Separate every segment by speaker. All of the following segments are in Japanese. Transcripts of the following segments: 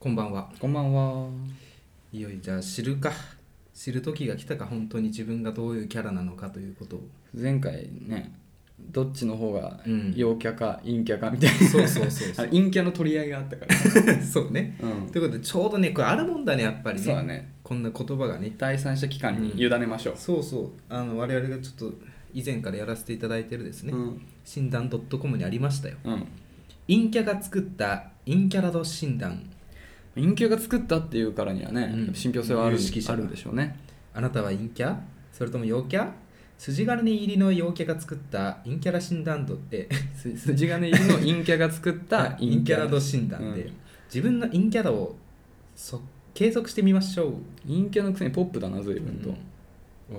Speaker 1: こんばんは
Speaker 2: こんばんは。
Speaker 1: いよいよじゃあ知るか知る時が来たか本当に自分がどういうキャラなのかということを
Speaker 2: 前回ね、どっちの方が
Speaker 1: うん
Speaker 2: 陽キャか陰キャかみたい
Speaker 1: そうそうそう
Speaker 2: な、
Speaker 1: そう
Speaker 2: 陰キャの取り合いがあったから。
Speaker 1: そうね
Speaker 2: うん
Speaker 1: ということでちょうどねこれあるもんだねやっぱりね
Speaker 2: そうだね。
Speaker 1: こんな言葉がね
Speaker 2: 第三者機関に委ねましょう。
Speaker 1: そうそうあの我々がちょっと以前からやらせていただいてるですね、
Speaker 2: うん。
Speaker 1: 診断 .com にありましたよ
Speaker 2: うん。
Speaker 1: 陰キャが作った陰キャラ度診断
Speaker 2: 陰キャが作ったっていうからにはね、
Speaker 1: うん
Speaker 2: やっぱ信憑性はある
Speaker 1: 有識者
Speaker 2: あるでしょうね。
Speaker 1: あなたは陰キャそれとも陽キャ筋金入りの陽キャが作った陰キャラ診断度って
Speaker 2: す筋金入りの陰キャが作った
Speaker 1: 陰キャラ度診断で、
Speaker 2: うん
Speaker 1: 自分の陰キャラをそ継続してみましょう、
Speaker 2: 陰キャのくせにポップだな随
Speaker 1: う
Speaker 2: 分と、
Speaker 1: んあ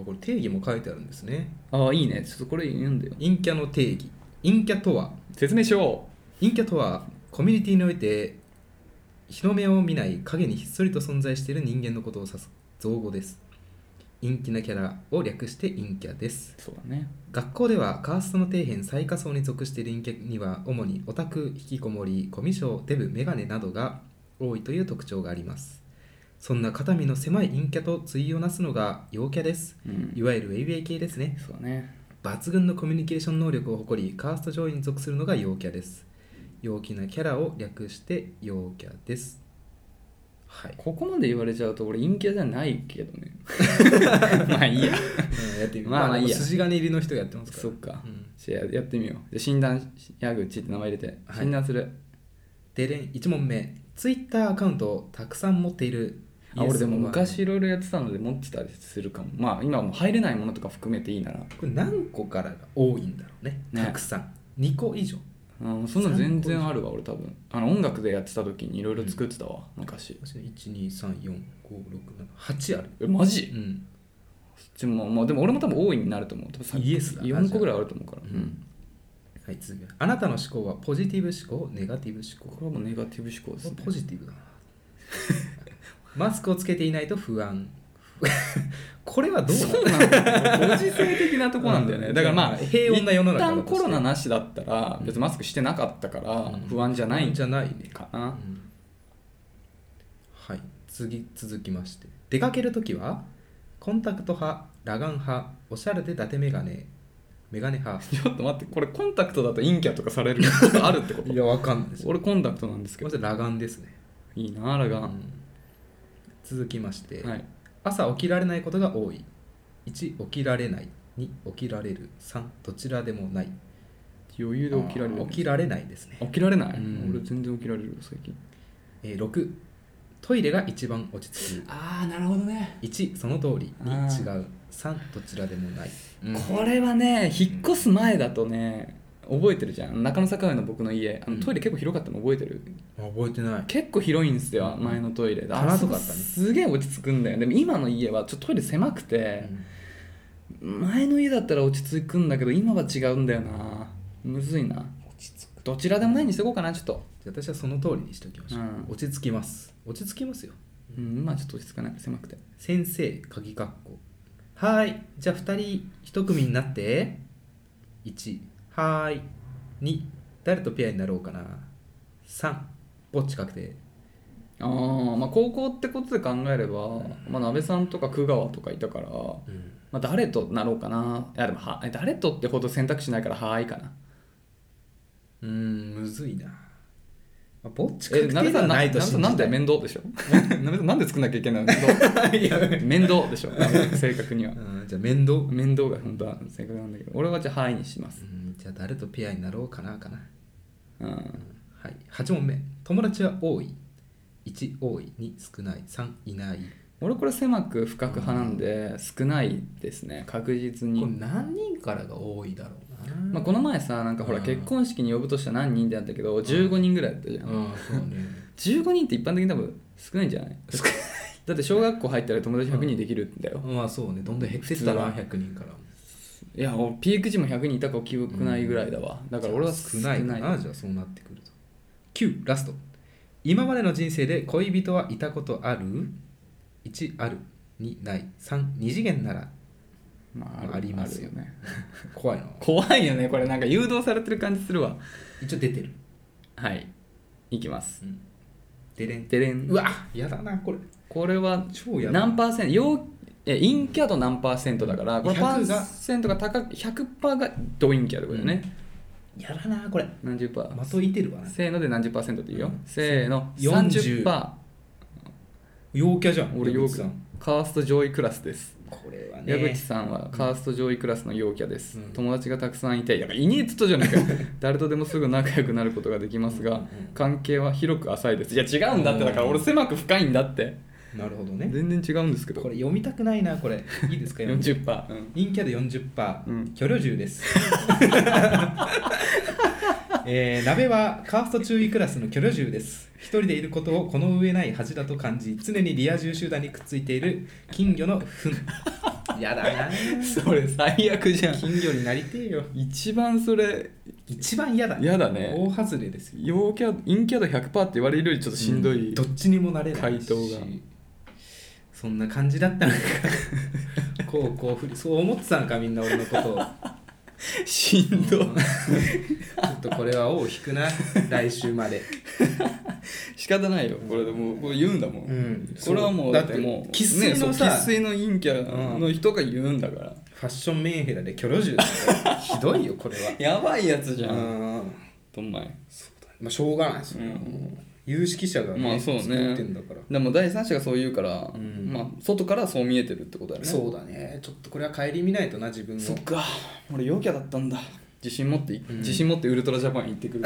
Speaker 1: これ定義も書いてあるんですね
Speaker 2: ああいいねちょっとこれ読んでよ
Speaker 1: 陰キャの定義陰キャとは
Speaker 2: 説明しよ
Speaker 1: 陰キャとはコミュニティにおいて日の目を見ない影にひっそりと存在している人間のことを指す造語です陰気なキャラを略して陰キャです
Speaker 2: うそうだね
Speaker 1: 学校ではカーストの底辺最下層に属している陰キャには主にオタク引きこもりコミュ障デブメガネなどが多いという特徴がありますそんな肩身の狭い陰キャと対をなすのが陽キャです
Speaker 2: うん
Speaker 1: いわゆるウェイウェイ系ですね
Speaker 2: そうだね
Speaker 1: 抜群のコミュニケーション能力を誇りカースト上位に属するのが陽キャです陽気なキャラを略して陽キャです はい、
Speaker 2: ここまで言われちゃうと俺陰キャじゃないけど ねまあいいや
Speaker 1: やってみ
Speaker 2: まあまあいいや
Speaker 1: でも筋金入りの人がやってますから
Speaker 2: そっか
Speaker 1: うん
Speaker 2: じゃあやってみようじゃあ診断矢口って名前入れて
Speaker 1: はい
Speaker 2: 診断する、
Speaker 1: でれん1問目ツイッターアカウントをたくさん持っている
Speaker 2: あ俺でも
Speaker 1: Yes
Speaker 2: 昔いろいろやってたので持ってたりするかもまあ今はもう入れないものとか含めていいなら
Speaker 1: これ何個からが多いんだろうね
Speaker 2: ね
Speaker 1: たくさん2個以上
Speaker 2: うんそんなの全然あるわ俺多分あの音楽でやってた時にいろいろ作ってたわ、昔
Speaker 1: 1234567ある
Speaker 2: えマジ
Speaker 1: うん
Speaker 2: でも,、まあ、でも俺も多分多いになると思う多分さ
Speaker 1: イエスだな
Speaker 2: 4個ぐらいあると思うから、
Speaker 1: うんはい続きあなたの思考はポジティブ思考ネガティブ思考
Speaker 2: これはもうネガティブ思考ですね
Speaker 1: ポジティブだ なマスクをつけていないと不安 これはどうなの
Speaker 2: そうなんだよご時世的なとこなんだよね、
Speaker 1: うん
Speaker 2: だからまあ
Speaker 1: 平穏な世の中だ
Speaker 2: 一
Speaker 1: と
Speaker 2: 旦コロナなしだったら別にマスクしてなかったから
Speaker 1: うん
Speaker 2: 不安じゃないん
Speaker 1: じゃないね
Speaker 2: か
Speaker 1: う
Speaker 2: な、
Speaker 1: んはい次続きまして出かける時はコンタクト派裸眼派おしゃれで伊達メガネメガネ 派
Speaker 2: ちょっと待ってこれコンタクトだと陰キャとかされること あるってこと
Speaker 1: やわかんないで
Speaker 2: 俺コンタクトなんです
Speaker 1: すみ
Speaker 2: け
Speaker 1: ま
Speaker 2: ど
Speaker 1: せん裸眼ですね、
Speaker 2: いいなあらが、
Speaker 1: うん続きまして、
Speaker 2: はい、
Speaker 1: 朝起きられないことが多い1起きられない2起きられる3どちらでもない
Speaker 2: 余裕で起きられる、
Speaker 1: 起きられないですね、
Speaker 2: 起きられない、
Speaker 1: うん
Speaker 2: 俺全然起きられるよ最近
Speaker 1: えー、6トイレが一番落ち着く
Speaker 2: ああなるほどね、
Speaker 1: 1その通り
Speaker 2: あ
Speaker 1: 2
Speaker 2: ー
Speaker 1: 違う3どちらでもない、うん
Speaker 2: これはね引っ越す前だとね覚えてるじゃん中野坂上の僕の家あ
Speaker 1: う
Speaker 2: の
Speaker 1: ん
Speaker 2: トイレ結構広かったの覚えてる、
Speaker 1: あ覚えてない
Speaker 2: 結構広いんですよ
Speaker 1: うん
Speaker 2: 前のトイレあ
Speaker 1: 棚とかあったね
Speaker 2: すすげえ落ち着くんだよでも今の家はちょっとトイレ狭くて、前の家だったら落ち着くんだけど今は違うんだよなむずいな
Speaker 1: 落ち着く
Speaker 2: どちらでもないにしとこうかなちょっと
Speaker 1: じゃあ私はその通りにしておきましょう、
Speaker 2: うん
Speaker 1: 落ち着きます落ち着きますよ
Speaker 2: うん今はちょっと落ち着かない狭くて
Speaker 1: 先生鍵括弧はーいじゃあ2人1組になって1はーい2誰とペアになろうかな3ぼっち確定
Speaker 2: ああまあ高校ってことで考えれば、まあ、鍋さんとか久川とかいたから、ま
Speaker 1: うん
Speaker 2: あ、誰となろうかないやでもはえ誰とってほど選択肢ないからはーいかな
Speaker 1: ーんむずいな、まあ、ぼっち確
Speaker 2: え
Speaker 1: 定
Speaker 2: 鍋
Speaker 1: で
Speaker 2: さ
Speaker 1: は
Speaker 2: んな
Speaker 1: ないと
Speaker 2: 鍋さ
Speaker 1: 信
Speaker 2: んなん
Speaker 1: じた
Speaker 2: で
Speaker 1: い
Speaker 2: 面倒でしょ 鍋さんなんで作んなきゃいけないの面倒
Speaker 1: いや
Speaker 2: 面倒でしょ正確には
Speaker 1: うんじゃあ面倒
Speaker 2: 面倒が本当は正確なんだけど俺はじゃあはいにします
Speaker 1: うんじゃあ誰とペアになろうかなかな、
Speaker 2: うん
Speaker 1: はい、8問目友達は多い1多い2少ない3いない
Speaker 2: 俺これ狭く深く派なんで少ないですね確実に
Speaker 1: これ何人からが多いだろうな、
Speaker 2: まあ、この前さなんかほら
Speaker 1: うん
Speaker 2: 結婚式に呼ぶとしたら何人ってあったけど15人ぐらいだったじゃん
Speaker 1: うんそうね
Speaker 2: 15人って一般的に多分少ないんじゃない少ないだって小学校入ったら友達100人できるんだよ
Speaker 1: まあそうねどんどん減ってったら
Speaker 2: 普
Speaker 1: 100人から
Speaker 2: いや俺ピーク時も100人いたか記憶ないぐらいだわだから俺は
Speaker 1: 少ないかなじゃあそうなってくると9ラスト今までの人生で恋人はいたことある ?1 ある2ない32次元なら
Speaker 2: まあ
Speaker 1: あります
Speaker 2: あるよね
Speaker 1: 怖いな
Speaker 2: 怖いよねこれなんか誘導されてる感じするわ
Speaker 1: 一応出てる、
Speaker 2: はいいきます
Speaker 1: うんデレン
Speaker 2: でれん
Speaker 1: うわやだなこれ
Speaker 2: これは
Speaker 1: 超やだ
Speaker 2: 何パーセント陽え陰キャと何パーセントだからこれ
Speaker 1: 100
Speaker 2: パ
Speaker 1: が
Speaker 2: ーセントが高く100%がドインキャってことだよね、
Speaker 1: やだなこれ
Speaker 2: 何十パー
Speaker 1: まといてるわな
Speaker 2: せーので何十パーセントって言うよ、
Speaker 1: うん
Speaker 2: せーの
Speaker 1: 40
Speaker 2: 30パ
Speaker 1: 陽キャじゃん
Speaker 2: ー俺陽
Speaker 1: 矢口
Speaker 2: キ
Speaker 1: さ
Speaker 2: ャ
Speaker 1: ん
Speaker 2: カースト上位クラスです
Speaker 1: これは
Speaker 2: 矢
Speaker 1: ね
Speaker 2: 口さんはカースト上位クラスの陽キャです、
Speaker 1: うん
Speaker 2: 友達がたくさんいていやいねえっつったじ ゃねえかよ誰とでもすぐ仲良くなることができますが、
Speaker 1: うんうんうん
Speaker 2: 関係は広く浅いですいや違うんだってだから
Speaker 1: うん
Speaker 2: 俺狭く深いんだって
Speaker 1: なるほどね
Speaker 2: 全然違うんですけど
Speaker 1: これ読みたくないなこれいい ですか読んで
Speaker 2: 40パー、うん
Speaker 1: 陰キャで40%、
Speaker 2: うん
Speaker 1: 許量重です えー、鍋はカースト注意クラスの許量重です一人でいることをこの上ない恥だと感じ常にリア充集団にくっついている金魚の糞 やだ な
Speaker 2: それ最悪じゃん
Speaker 1: 金魚になりてえよ
Speaker 2: 一番それ
Speaker 1: 一番嫌だ
Speaker 2: 嫌だね
Speaker 1: 大外れですよ
Speaker 2: 陽キャ陰キャ度100%って言われるよりちょっとしんどい、
Speaker 1: うどっちにもなれない
Speaker 2: 回答が
Speaker 1: そんな感じだったの かこうこうふりそう思ってたのかみんな俺のことを
Speaker 2: しん
Speaker 1: ち
Speaker 2: どい、
Speaker 1: ょっとこれは尾を引く な来週まで、
Speaker 2: 仕方ないよこれでもうこれ言うんだもん、
Speaker 1: ん
Speaker 2: これはもう
Speaker 1: だ
Speaker 2: だ
Speaker 1: っ
Speaker 2: っててもう
Speaker 1: 生粋のさ、
Speaker 2: ねそう生粋の陰キャの人が言うんだから、
Speaker 1: ファッションメンヘラでキョロジュひどいよこれは
Speaker 2: やばいやつじゃ、
Speaker 1: うんん
Speaker 2: どんまい
Speaker 1: まあしょうがないですよ、
Speaker 2: うん
Speaker 1: 有識者が、ね
Speaker 2: まあそうね
Speaker 1: 作ってんだから
Speaker 2: でも第三者がそう言うから、
Speaker 1: うん
Speaker 2: まあ外からそう見えてるってことだよね
Speaker 1: そうだねちょっとこれは顧みないとな自分を
Speaker 2: そっか俺陽キャだったんだ自信持ってい、
Speaker 1: うん
Speaker 2: 自信持ってウルトラジャパン行ってくる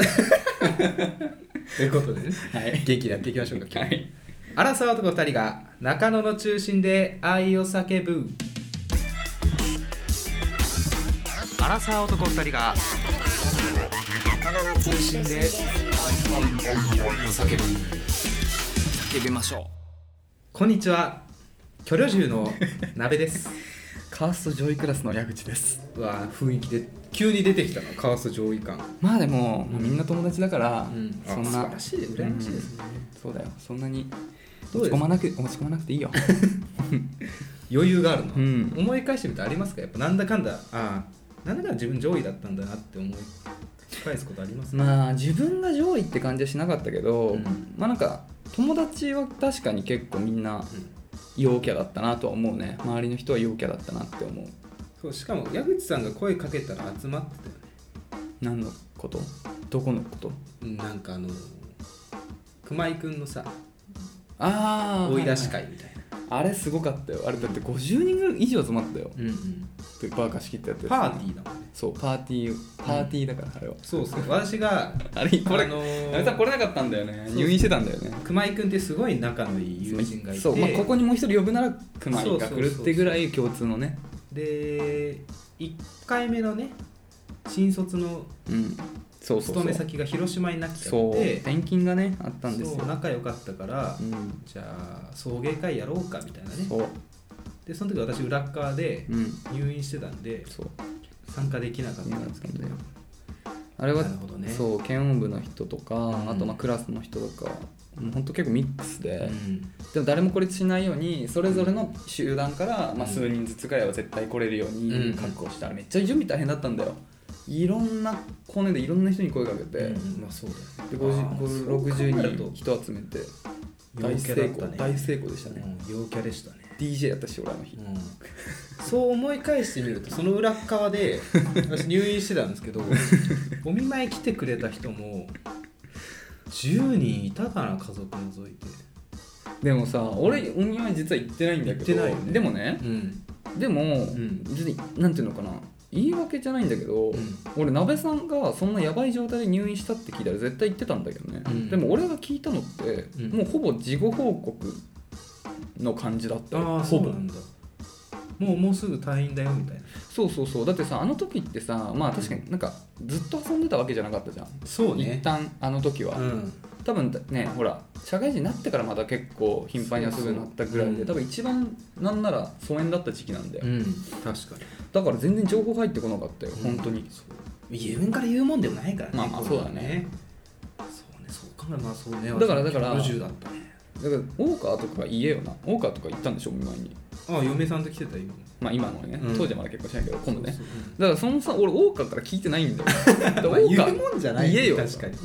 Speaker 1: ということでね
Speaker 2: はい
Speaker 1: 元気でやっていきましょうか今日
Speaker 2: はい
Speaker 1: 荒沢男2人が中野の中心で愛を叫ぶ荒沢男2人が中心で
Speaker 2: 叫びましょう
Speaker 1: こんにちは巨旅獣の鍋です
Speaker 2: カースト上位クラスの矢口です
Speaker 1: うわ雰囲気で急に出てきたなカースト上位感
Speaker 2: まあでも、みんな友達だから、
Speaker 1: うんあ
Speaker 2: そん
Speaker 1: 素
Speaker 2: な
Speaker 1: 晴らしい羨ましいですね
Speaker 2: そうだよそんなに
Speaker 1: どうで
Speaker 2: 落
Speaker 1: す
Speaker 2: ち込まなく落ち込まなくていいよ
Speaker 1: 余裕があるの、
Speaker 2: うん
Speaker 1: 思い返してみてありますかやっぱなんだかんだああなんだかんだ自分上位だったんだなって思い返すことあります
Speaker 2: まあ自分が上位って感じはしなかったけど、
Speaker 1: うん
Speaker 2: まあなんか友達は確かに結構みんな
Speaker 1: うん
Speaker 2: 陽キャだったなとは思うね周りの人は陽キャだったなって思う
Speaker 1: そうしかも矢口さんが声かけたら集まってたよね
Speaker 2: 何のことどこのこと
Speaker 1: うんなんかあの熊井くんのさ
Speaker 2: ああ
Speaker 1: 追い出し会みたいな、
Speaker 2: あれすごかったよあれだって50人ぐらい以上集まったよ
Speaker 1: うんうん
Speaker 2: でバー貸し切ってやって
Speaker 1: パーティーだもんね
Speaker 2: そうパーティーパーティーだから、あれは
Speaker 1: そうそう私が
Speaker 2: あれこれ、
Speaker 1: あのー
Speaker 2: なべさん来れなかったんだよね
Speaker 1: そう
Speaker 2: 入院してたんだよね
Speaker 1: 熊井くんってすごい仲のいい友人がいて
Speaker 2: そう、まあ、ここにもう一人呼ぶなら熊井が来るってぐら
Speaker 1: そ
Speaker 2: い共通のね
Speaker 1: で1回目のね新卒の
Speaker 2: うんそうそうそ
Speaker 1: 勤め
Speaker 2: う
Speaker 1: 先が広島になっちゃ
Speaker 2: そう
Speaker 1: って
Speaker 2: 転勤がねあったんです
Speaker 1: そう
Speaker 2: よ
Speaker 1: 仲良かったから、
Speaker 2: うん
Speaker 1: じゃあ送迎会やろうかみたいなね
Speaker 2: そう
Speaker 1: でその時私裏っ側で
Speaker 2: うん
Speaker 1: 入院してたんで
Speaker 2: そう
Speaker 1: 参加できなかったんですけど、
Speaker 2: いやあれは、
Speaker 1: なるほどね
Speaker 2: そう検温部の人とか、
Speaker 1: ん
Speaker 2: あとまあクラスの人とかもうほんと結構ミックス
Speaker 1: う
Speaker 2: で、
Speaker 1: ん
Speaker 2: でも誰も孤立しないようにそれぞれの集団から、まあ、
Speaker 1: うん
Speaker 2: 数人ずつぐらいは絶対来れるよう
Speaker 1: う
Speaker 2: に
Speaker 1: ん
Speaker 2: 確保した、めっちゃ準備大変だったんだよいろんなコネでいろんな人に声かけて、
Speaker 1: う
Speaker 2: で
Speaker 1: んまあそうだよねあー
Speaker 2: 50
Speaker 1: そう考える
Speaker 2: 60
Speaker 1: と
Speaker 2: 人人集めて
Speaker 1: 陽
Speaker 2: 大
Speaker 1: キ
Speaker 2: 成
Speaker 1: ャだ
Speaker 2: 功、
Speaker 1: ったね
Speaker 2: 大成功でしたね、
Speaker 1: うん陽キャでしたね
Speaker 2: DJ やったし俺あの日、
Speaker 1: うんそう思い返してみるとその裏っ側で 私入院してたんですけどお見舞い来てくれた人も10人いたかな家族除いて、
Speaker 2: でもさ俺お見舞い実は行ってないんだけど
Speaker 1: 行ってないよね
Speaker 2: でもね
Speaker 1: うん
Speaker 2: でも、
Speaker 1: ん
Speaker 2: 別になんていうのかな言い訳じゃないんだけど、
Speaker 1: うん
Speaker 2: 俺鍋さんがそんなやばい状態で入院したって聞いたら絶対言ってたんだけどね、
Speaker 1: うん
Speaker 2: でも俺が聞いたのって、
Speaker 1: うん
Speaker 2: もうほぼ事後報告の感じだったよ
Speaker 1: ああ
Speaker 2: ほ
Speaker 1: そう
Speaker 2: ぼ
Speaker 1: なんだもうもうすぐ退院だよみたいな
Speaker 2: そうそうそうだってさあの時ってさまあ確かになんかずっと遊んでたわけじゃなかったじゃん、
Speaker 1: そう
Speaker 2: 一旦あの時は、
Speaker 1: うん
Speaker 2: 多分ねほら社会人になってからまた結構頻繁に遊ぶようになったぐらいで
Speaker 1: そうそ
Speaker 2: 多分一番なんなら疎遠だった時期なんだよ、
Speaker 1: うん確か
Speaker 2: だから全然情報入ってこなかったよ、
Speaker 1: うん
Speaker 2: 本当に
Speaker 1: に自分から言うもんでもないからね
Speaker 2: まあまあ
Speaker 1: これは
Speaker 2: そうだね
Speaker 1: そうねそう考えまあそうね
Speaker 2: だからだから
Speaker 1: 50だったね
Speaker 2: だからオーカーとかが言えよなオーカーとか行ったんでしょお見舞いに
Speaker 1: ああ嫁さんと来てた今
Speaker 2: まあ今のね、
Speaker 1: うん
Speaker 2: 当時はまだ結婚しないけど今度ね
Speaker 1: そうそううん
Speaker 2: だからそのさ俺オーカーから聞いてない んだよだから
Speaker 1: まあ
Speaker 2: オーカ
Speaker 1: 言
Speaker 2: ー
Speaker 1: うもんじゃない
Speaker 2: 言えよ
Speaker 1: 確かに、
Speaker 2: うん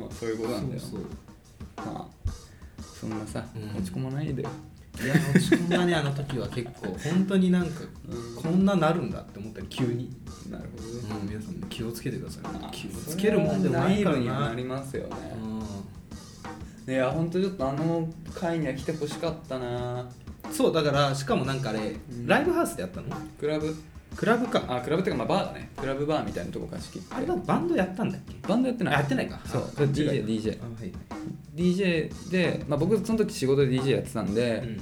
Speaker 2: まあ、そういうことなんだよ
Speaker 1: そう
Speaker 2: まあそんなさ、
Speaker 1: うん
Speaker 2: 落ち込まないでよ
Speaker 1: そういや落ち込んだねあの時は結構本当になんかこんななるんだって思ったり急に、
Speaker 2: なるほどね
Speaker 1: うん、皆さんも気をつけてください
Speaker 2: まあ
Speaker 1: 気をつけるもんでもないから
Speaker 2: それは内部には
Speaker 1: な
Speaker 2: なりますよね、
Speaker 1: う
Speaker 2: いや本当ちょっとあの会には来てほしかったなん
Speaker 1: そうだからしかもなんかあれ、
Speaker 2: ん
Speaker 1: ライブハウスでやったの
Speaker 2: クラブ
Speaker 1: クラブか
Speaker 2: あクラブっていうかまあバーだねクラブバーみたいなとこ貸し切って
Speaker 1: あれはバンドやったんだっけ
Speaker 2: バンドやってない
Speaker 1: あやってないか
Speaker 2: そう
Speaker 1: あ
Speaker 2: それ DJ
Speaker 1: あ
Speaker 2: DJ
Speaker 1: はい、
Speaker 2: DJ で、まあ、僕その時仕事で DJ やってたん
Speaker 1: う
Speaker 2: で、
Speaker 1: ん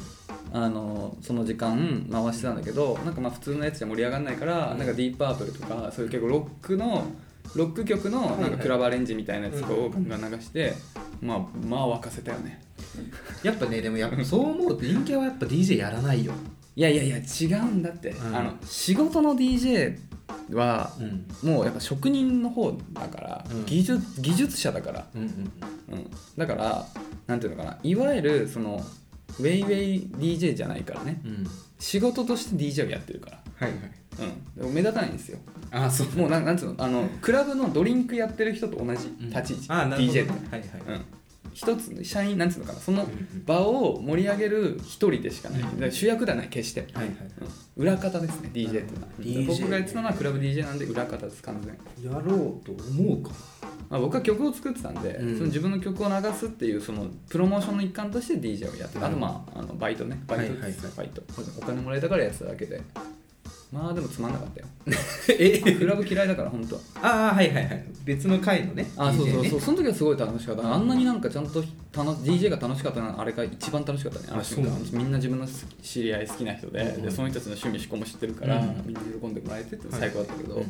Speaker 2: あのその時間回してたんだけどなんかまあ普通のやつじゃ盛り上がらないから、
Speaker 1: うん
Speaker 2: なんかディープアープルとかそういう結構ロックのロック曲の
Speaker 1: はいは
Speaker 2: ないんかクラブアレンジみたいなやつとかをガンガン流して、まあまあ沸かせたよね
Speaker 1: やっぱねでもやっぱそう思うと陰キャはやっぱ DJ やらないよ、
Speaker 2: いやいやいや違うんだって、
Speaker 1: うん
Speaker 2: あの仕事の DJ は
Speaker 1: うん、うん
Speaker 2: もうやっぱ職人の方だから、
Speaker 1: うん
Speaker 2: 技術技術者だから、
Speaker 1: うんうん
Speaker 2: うん、だからなんていうのかないわゆるそのウェイウェイ DJ じゃないからね
Speaker 1: うん
Speaker 2: 仕事として DJ をやってるから、
Speaker 1: はいはい
Speaker 2: うん、でも目立たないんですよ
Speaker 1: あそう
Speaker 2: もうなんなんていうのあのクラブのドリンクやってる人と同じ立ち位置、
Speaker 1: あなるほど
Speaker 2: DJ って、
Speaker 1: はいはい、
Speaker 2: うん、一つの社員なんていうのかなその
Speaker 1: うんうん
Speaker 2: 場を盛り上げる一人でしかない、
Speaker 1: うん
Speaker 2: だから主役ではない決して、
Speaker 1: はいはい
Speaker 2: うん裏方ですね DJ っていう
Speaker 1: な
Speaker 2: のは
Speaker 1: るほど DJ
Speaker 2: 僕がやってたのはクラブ DJ なんで裏方です完全に
Speaker 1: やろうと思うか
Speaker 2: まあ、僕は曲を作ってたんで、
Speaker 1: うん
Speaker 2: その自分の曲を流すっていうそのプロモーションの一環として DJ をやって
Speaker 1: う
Speaker 2: た、
Speaker 1: ん
Speaker 2: あとまああのバイトねバイト
Speaker 1: はいはいはい
Speaker 2: バイトお金もらえたからやってただけでまあでもつまんなかったよ
Speaker 1: え
Speaker 2: クラブ嫌いだから本当は
Speaker 1: ああはいはいはい別の回のね
Speaker 2: あそうそ
Speaker 1: DJ
Speaker 2: うそ
Speaker 1: ね
Speaker 2: うその時はすごい楽しかったあんなになんかちゃんと楽 DJ が楽しかったのはあれが一番楽しかったねあの瞬間
Speaker 1: あそうなん
Speaker 2: みんな自分の好き知り合い好きな人で,、
Speaker 1: うん
Speaker 2: でその人たちの趣味思考も知ってるから、
Speaker 1: うん
Speaker 2: みんな喜んでもらえてって
Speaker 1: はい
Speaker 2: 最高だったけど、
Speaker 1: うん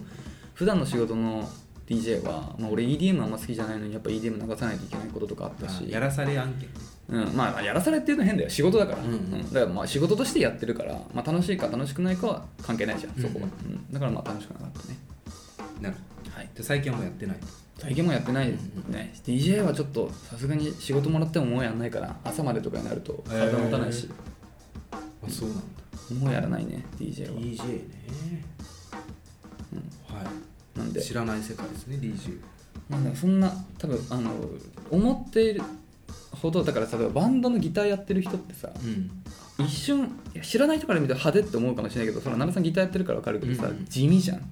Speaker 2: 普段の仕事の DJ は、まあ、俺 EDM あんま好きじゃないのにやっぱ EDM 流さないといけないこととかあったし
Speaker 1: あやらされ案件
Speaker 2: うんまあ、やらされっていうの変だよ仕事だから、
Speaker 1: うんうん
Speaker 2: だからまあ仕事としてやってるから、まあ、楽しいか楽しくないかは関係ないじゃんそこは、うんだからまあ楽しくなかったね
Speaker 1: なるほ
Speaker 2: はい
Speaker 1: どで最近はもうやってない
Speaker 2: 最近もやってないですね、DJ はちょっとさすがに仕事もらってももうやんないから朝までとかになると体持たないし、
Speaker 1: あそうなんだ
Speaker 2: もうやらないね DJ は
Speaker 1: DJ ねはい
Speaker 2: なんで
Speaker 1: 知らない世界ですね DJ
Speaker 2: なんだそんな多分あの思っているほどだから例えばバンドのギターやってる人ってさ
Speaker 1: うん
Speaker 2: 一瞬いや知らない人から見ると派手って思うかもしれないけどその奈良さんギターやってるから分かるけどさ、
Speaker 1: うん
Speaker 2: 地味じゃん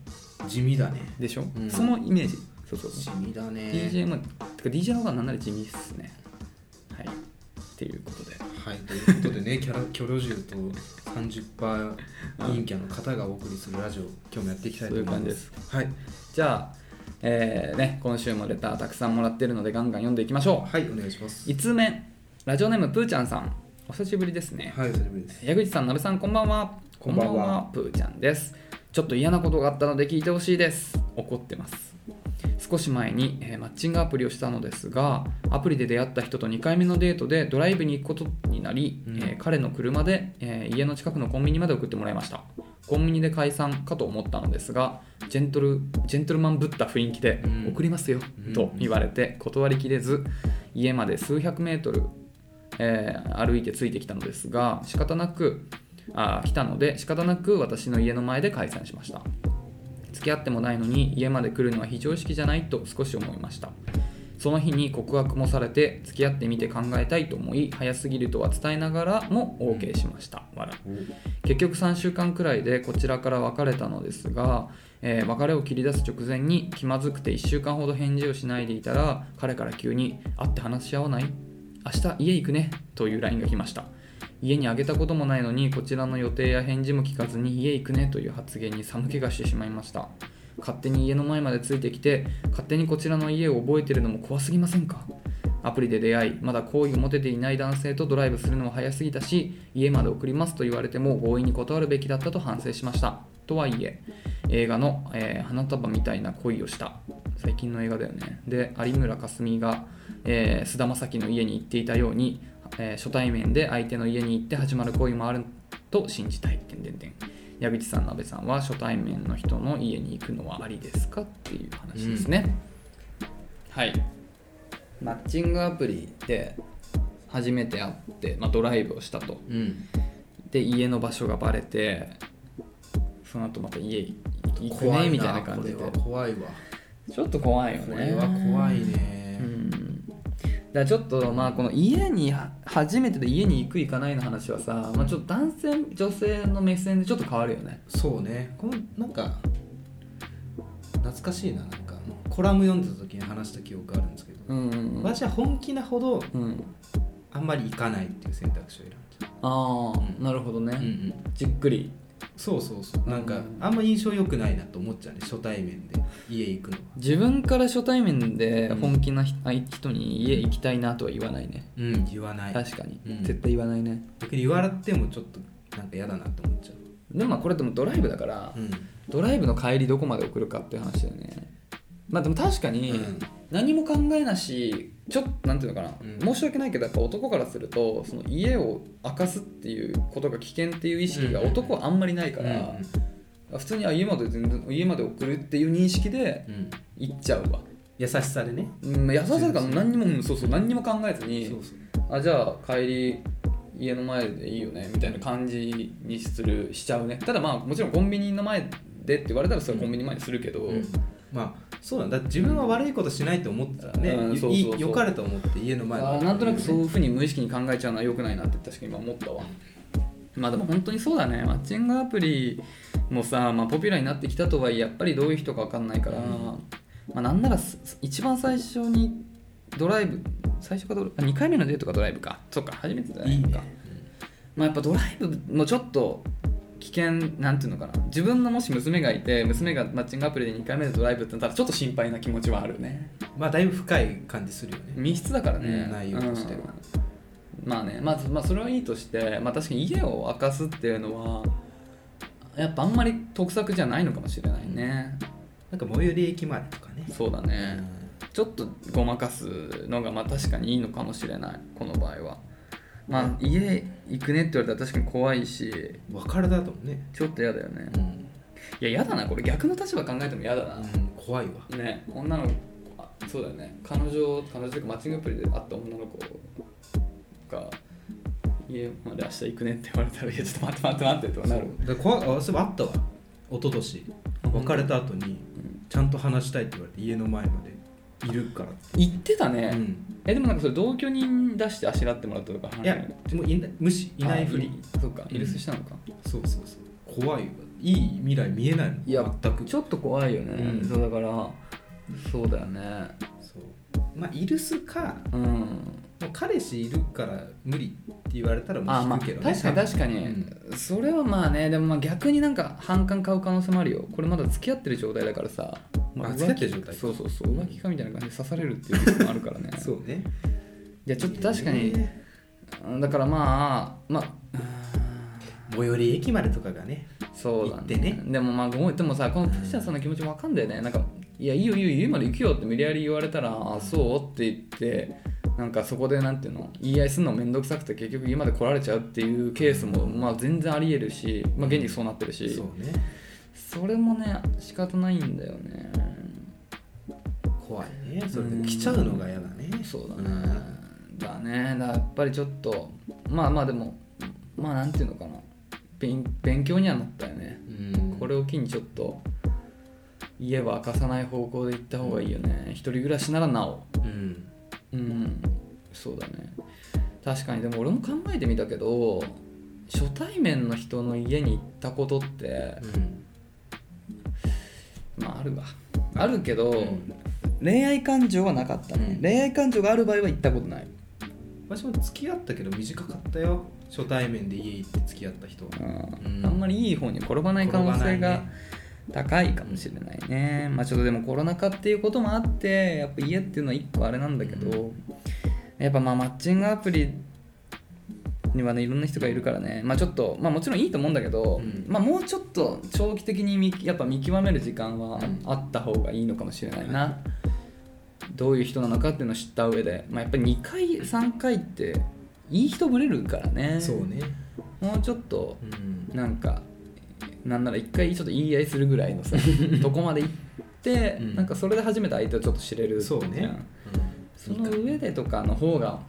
Speaker 1: 地味だね
Speaker 2: でしょ、
Speaker 1: うん
Speaker 2: そのイメージそうそう
Speaker 1: 地味だね
Speaker 2: DJ もてか DJ の方がなんなら地味っすねはいっていうことで
Speaker 1: はいということでねキャラキョロジュと30%陰キャの方がお送りするラジオ今日もやっていきたいと思います
Speaker 2: そういう感じです
Speaker 1: はい
Speaker 2: じゃあ、えーね、今週もレターたくさんもらってるのでガンガン読んでいきましょ
Speaker 1: はいお願いします
Speaker 2: う5つ目ラジオネームぷーちゃんさんお久しぶりですね
Speaker 1: はい大丈夫です
Speaker 2: 矢口さんなべさんこんばんは
Speaker 1: こんばんは
Speaker 2: ぷーちゃんですちょっと嫌なことがあったので聞いてほしいです怒ってます少し前に、えーマッチングアプリをしたのですがアプリで出会った人と2回目のデートでドライブに行くことになり、
Speaker 1: うん
Speaker 2: えー彼の車で、えー家の近くのコンビニまで送ってもらいましたコンビニで解散かと思ったのですがジェントルジェントルマンぶった雰囲気で
Speaker 1: うん
Speaker 2: 送りますよ、
Speaker 1: うん
Speaker 2: と言われて断りきれず家まで数百メートル、えー歩いてついてきたのですが仕方なくあー来たので仕方なく私の家の前で解散しました付き合ってもないのに家まで来るのは非常識じゃないと少し思いましたその日に告白もされて付き合ってみて考えたいと思い早すぎるとは伝えながらも OK しました笑結局3週間くらいでこちらから別れたのですが、えー別れを切り出す直前に気まずくて1週間ほど返事をしないでいたら彼から急に「会って話し合わない明日家行くね」という LINE が来ました家にあげたこともないのにこちらの予定や返事も聞かずに家行くねという発言に寒気がしてしまいました勝手に家の前までついてきて勝手にこちらの家を覚えてるのも怖すぎませんかアプリで出会いまだ好意を持てていない男性とドライブするのは早すぎたし家まで送りますと言われても強引に断るべきだったと反省しましたとはいえ映画の、えー花束みたいな恋をした」最近の映画だよねで有村架純がえー菅、田将暉の家に行っていたように、えー初対面で相手の家に行って始まる恋もあると信じたいてんてんてん矢口さん、鍋さんは初対面の人の家に行くのはありですかっていう話ですね、はいマッチングアプリで初めて会って、まあ、ドライブをしたと
Speaker 1: うん
Speaker 2: で家の場所がバレてその後また家行く
Speaker 1: 怖
Speaker 2: ね
Speaker 1: い
Speaker 2: みたいな感じで
Speaker 1: これは怖いわ
Speaker 2: ちょっと怖いよ
Speaker 1: こ
Speaker 2: ね
Speaker 1: れは怖い
Speaker 2: うん
Speaker 1: ね
Speaker 2: だからちょっとまあこの家には初めてで家に行く行かないの話はさ、まあ、ちょっと男性女性の目線でちょっと変わるよね
Speaker 1: そうねこのなんか懐かしいななんかコラム読んでた時に話した記憶があるんですけど、
Speaker 2: うんうん
Speaker 1: 私は本気なほど
Speaker 2: うん、うん、
Speaker 1: あんまり行かないっていう選択肢を選んじ
Speaker 2: あ
Speaker 1: う
Speaker 2: あ
Speaker 1: ん
Speaker 2: なるほどね、
Speaker 1: ゃう、うんうん、
Speaker 2: じっくり
Speaker 1: そうそうそうなん
Speaker 2: う
Speaker 1: か
Speaker 2: ん
Speaker 1: あんま印象良くないなと思っちゃうね初対面で家行くのは
Speaker 2: 自分から初対面で本気な人,あ、人に家行きたいなとは言わないね
Speaker 1: うん言わない
Speaker 2: 確かに、
Speaker 1: うん
Speaker 2: 絶対言わないね
Speaker 1: 逆に言われてもちょっとなんか嫌だなって思っちゃ
Speaker 2: でもまあこれでもドライブだから、
Speaker 1: ううん
Speaker 2: ドライブの帰りどこまで送るかっていう話だよねまあでも確かに
Speaker 1: うん
Speaker 2: 何も考えなしちょっとなんていうのかな、
Speaker 1: うん
Speaker 2: 申し訳ないけどやっぱ男からするとその家を明かすっていうことが危険っていう意識が
Speaker 1: うん
Speaker 2: 男はあんまりないから、普通にあ家まで全然家まで送るっていう認識で
Speaker 1: うんうん、
Speaker 2: 行っちゃうわ、
Speaker 1: 優しさでね
Speaker 2: うん、優しさから何にもうんそうそう何にも考えずに
Speaker 1: そうそう
Speaker 2: あじゃあ帰り家の前でいいよねみたいな感じにするしちゃうねただまあもちろんコンビニの前でって言われたらそれはコンビニ前にするけど、
Speaker 1: うんまあそうなんだ自分は悪いことしないと思ってたらね、
Speaker 2: うんそうそうそう
Speaker 1: いい良かれと思って家の前
Speaker 2: あーなんとなくそういうふうに無意識に考えちゃうのは良くないなって確かに今思ったわまあでも本当にそうだねマッチングアプリもさ、まあ、ポピュラーになってきたとはいえやっぱりどういう人か分かんないから、
Speaker 1: うん
Speaker 2: まあ、なんならす一番最初にドライブ最初かドラ2回目のデートかドライブかそっか初めてじゃない
Speaker 1: い
Speaker 2: い
Speaker 1: ね
Speaker 2: かまあ、やっぱドライブもちょっと危険なんていうのかな自分のもし娘がいて娘がマッチングアプリで2回目でドライブってなったらちょっと心配な気持ちはあるね
Speaker 1: まあだいぶ深い感じするよね
Speaker 2: 密室だからね、
Speaker 1: うん内容としては
Speaker 2: うんまあねまあ、まあそれはいいとして、まあ、確かに家を明かすっていうのはやっぱあんまり得策じゃないのかもしれないね
Speaker 1: なんか最寄り駅までとかね
Speaker 2: そうだね、ちょっとごまかすのがまあ確かにいいのかもしれないこの場合はまあ家行くねって言われたら確かに怖いし
Speaker 1: うん別れだともね、
Speaker 2: ちょっと嫌だよね
Speaker 1: うん
Speaker 2: いや嫌だなこれ逆の立場考えても嫌だな、
Speaker 1: うん怖いわ
Speaker 2: ね女の子あそうだよね彼女彼女というかマッチングアプリで会った女の子が家まで明日行くねって言われたら「いやちょっと待って待って待って」とかなる
Speaker 1: だから怖いあそういえばあったわ一昨年別れた後に
Speaker 2: ん
Speaker 1: ちゃんと話したいって言われて家の前までいるからって、
Speaker 2: 言ってたね、
Speaker 1: うん
Speaker 2: えでもなんかそれ同居人出してあしらってもらったとか
Speaker 1: いやもういな無視いないふり
Speaker 2: あそうかイルスしたのか、
Speaker 1: そうそうそう怖いわいい未来見えないもん
Speaker 2: いや
Speaker 1: 全く
Speaker 2: ちょっと怖いよね、
Speaker 1: うん
Speaker 2: そうだからそうだよね
Speaker 1: そうまあイルスか
Speaker 2: うん
Speaker 1: もう彼氏いるから無理って言われたらも
Speaker 2: あ
Speaker 1: う
Speaker 2: ま
Speaker 1: 引
Speaker 2: あ
Speaker 1: くけど、ね
Speaker 2: 確かに確かに、それはまあねでもまあ逆になんか反感買う可能性もあるよこれまだ付き合ってる状態だからさ、ま
Speaker 1: あ
Speaker 2: 浮気
Speaker 1: 付き合ってる状態
Speaker 2: そうそうそう浮気かみたいな感じで刺されるっていうこともあるからね
Speaker 1: そうね
Speaker 2: いやちょっと確かに、
Speaker 1: ね
Speaker 2: うんだからまあまあ
Speaker 1: 最寄り駅までとかがね
Speaker 2: そうだ
Speaker 1: 行っ
Speaker 2: ね
Speaker 1: てね
Speaker 2: でもまあごめんでもさこのプシャさんの気持ちわかんだよねなんか「いやいいよいいよ家まで行くよ」って無理やり言われたら「あそう?」って言ってなんかそこでなんていうの言い合いするの面倒くさくて結局家まで来られちゃうっていうケースもまあ全然ありえるし、まあ、現にそうなってるし
Speaker 1: そうね
Speaker 2: それもね仕方ないんだよね
Speaker 1: 怖いねそれで来ちゃうのが嫌だね
Speaker 2: そうだね、だねだからやっぱりちょっとまあまあでもまあなんていうのかな勉勉強にはなったよね
Speaker 1: うん、うん
Speaker 2: これを機にちょっと家は明かさない方向で行った方がいいよね、一人暮らしならなお
Speaker 1: うん
Speaker 2: うんそうだね確かにでも俺も考えてみたけど初対面の人の家に行ったことって
Speaker 1: うん
Speaker 2: まああるわあるけど、
Speaker 1: うん
Speaker 2: 恋愛感情はなかったね、
Speaker 1: うん
Speaker 2: 恋愛感情がある場合は行ったことない
Speaker 1: 私も付き合ったけど短かったよ初対面で家行って付き合った人は
Speaker 2: うん
Speaker 1: うん
Speaker 2: あんまりいい方に転ばない可能性が高いかもしれないねまあちょっとでもコロナ禍っていうこともあってやっぱ家っていうのは一個あれなんだけど、やっぱまあマッチングアプリにはねいろんな人がいるからねまあちょっとまあもちろんいいと思うんだけど、
Speaker 1: うん
Speaker 2: まあもうちょっと長期的に見やっぱ見極める時間は
Speaker 1: うん
Speaker 2: あった方がいいのかもしれないな、どういう人なのかっていうのを知った上でまあやっぱり2回3回っていい人ぶれるからね
Speaker 1: そうね
Speaker 2: もうちょっと
Speaker 1: うん
Speaker 2: なんかなんなら一回ちょっと言い合いするぐらい のさどこまで行って、
Speaker 1: うん
Speaker 2: なんかそれで初めて相手をちょっと知れる
Speaker 1: そう
Speaker 2: じゃ
Speaker 1: ね
Speaker 2: んその上でとかの方が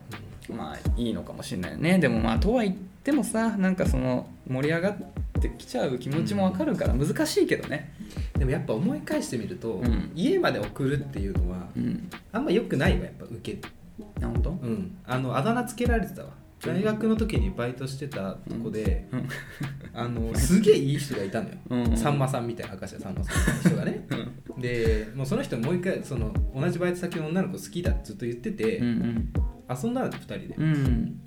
Speaker 2: まあいいのかもしれないねでもまあとは言ってもさなんかその盛り上がってきちゃう気持ちもわかるから難しいけどね
Speaker 1: でもやっぱ思い返してみると、
Speaker 2: うん
Speaker 1: 家まで送るっていうのは
Speaker 2: うん
Speaker 1: あんま良くないわやっぱ受け
Speaker 2: あ本当
Speaker 1: うんあのあだ名つけられてたわ大学の時にバイトしてたとこで、
Speaker 2: うんうん
Speaker 1: あのすげえいい人がいたのよ、
Speaker 2: うんうん
Speaker 1: さんまさんみたいな明石家さんまさんみたいな人がねでもうその人もう一回その同じバイト先の女の子好きだってずっと言ってて、
Speaker 2: うん
Speaker 1: 遊んだの2人で
Speaker 2: うんうん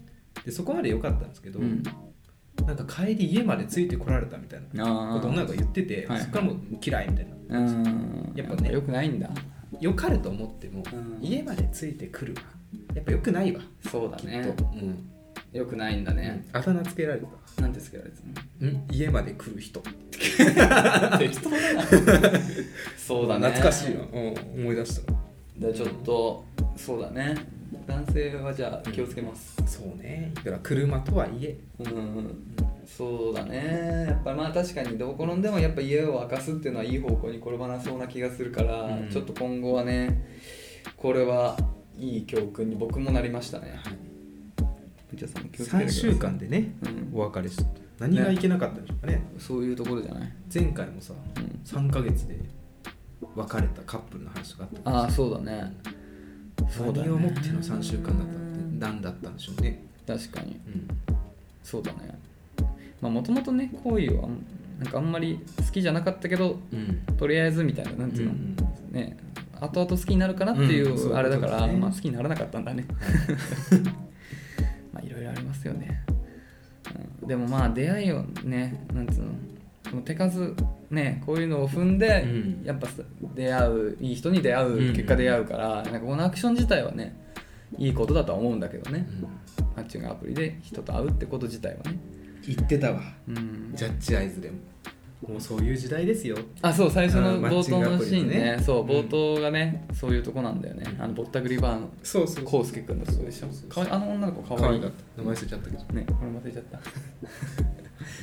Speaker 1: でそこまで良かったんですけど、
Speaker 2: うん
Speaker 1: なんか帰り家までついてこられたみたいな
Speaker 2: あ
Speaker 1: こと女の子が言ってて、
Speaker 2: はい
Speaker 1: そっからもう嫌いみたいな
Speaker 2: あうん
Speaker 1: やっぱね
Speaker 2: よくないんだ
Speaker 1: 良かれと思っても、
Speaker 2: うん
Speaker 1: 家までついてくるわやっぱ良くないわ
Speaker 2: そうだ
Speaker 1: きっと、
Speaker 2: ね
Speaker 1: うん
Speaker 2: よくないんだね
Speaker 1: ね、あだ名つけられた
Speaker 2: なんてつけられてたの
Speaker 1: ん家まで来る人
Speaker 2: 適当だなそうだね
Speaker 1: 懐かしいな、うん、思い出した
Speaker 2: でちょっとそうだね男性はじゃあ気をつけます
Speaker 1: そうねいくら車とはいえ
Speaker 2: うん、そうだねやっぱまあ確かにどう転んでもやっぱ家を明かすっていうのはいい方向に転ばなそうな気がするから、
Speaker 1: うん
Speaker 2: ちょっと今後はねこれはいい教訓に僕もなりましたね藤田さんも気をつけて
Speaker 1: 3
Speaker 2: ください
Speaker 1: 週間でね
Speaker 2: うん
Speaker 1: お別れした何がいけなかったんでしょうかね
Speaker 2: そういうところじゃない、
Speaker 1: 前回もさ
Speaker 2: うん、
Speaker 1: 3ヶ月で別れたカップルの話とかあった
Speaker 2: ああそうだねそうだね
Speaker 1: 何をもっての3週間だったって何だったんでしょうね
Speaker 2: 確かに
Speaker 1: うん
Speaker 2: そうだねまあもともとね行為はなんかあんまり好きじゃなかったけど
Speaker 1: うん
Speaker 2: とりあえずみたいななんていうの、
Speaker 1: うん
Speaker 2: ね後々好きになるかなってい
Speaker 1: うんそういう
Speaker 2: う
Speaker 1: こと
Speaker 2: あれだから、
Speaker 1: ですね
Speaker 2: まあ、好きにならなかったんだね まあいろいろありますよね、うんでもまあ出会いをねなんつうのこの手数ねこういうのを踏んで、
Speaker 1: うん
Speaker 2: やっぱさ出会ういい人に出会う、
Speaker 1: うん
Speaker 2: 結果出会うからなんかこのアクション自体はねいいことだとは思うんだけどねマッチングアプリで人と会うってこと自体はね
Speaker 1: 言ってたわ
Speaker 2: うん
Speaker 1: ジャッジアイズでももうそういう時代ですよ
Speaker 2: あそう最初
Speaker 1: う
Speaker 2: の
Speaker 1: ん
Speaker 2: 冒
Speaker 1: マッチ
Speaker 2: 頭
Speaker 1: ングア
Speaker 2: の
Speaker 1: プ
Speaker 2: シ
Speaker 1: リ
Speaker 2: ー
Speaker 1: の
Speaker 2: ン
Speaker 1: ね
Speaker 2: ねそう
Speaker 1: うん
Speaker 2: 冒頭がね、そういうとこなんだよねあのぼったくりバーの
Speaker 1: そうそ
Speaker 2: 康介君のとこでし
Speaker 1: そ
Speaker 2: ょ
Speaker 1: うそうそう
Speaker 2: かわいあの女の子か
Speaker 1: 可
Speaker 2: わい
Speaker 1: 愛
Speaker 2: い
Speaker 1: かった名前忘れちゃったけど
Speaker 2: ね俺も忘れちゃった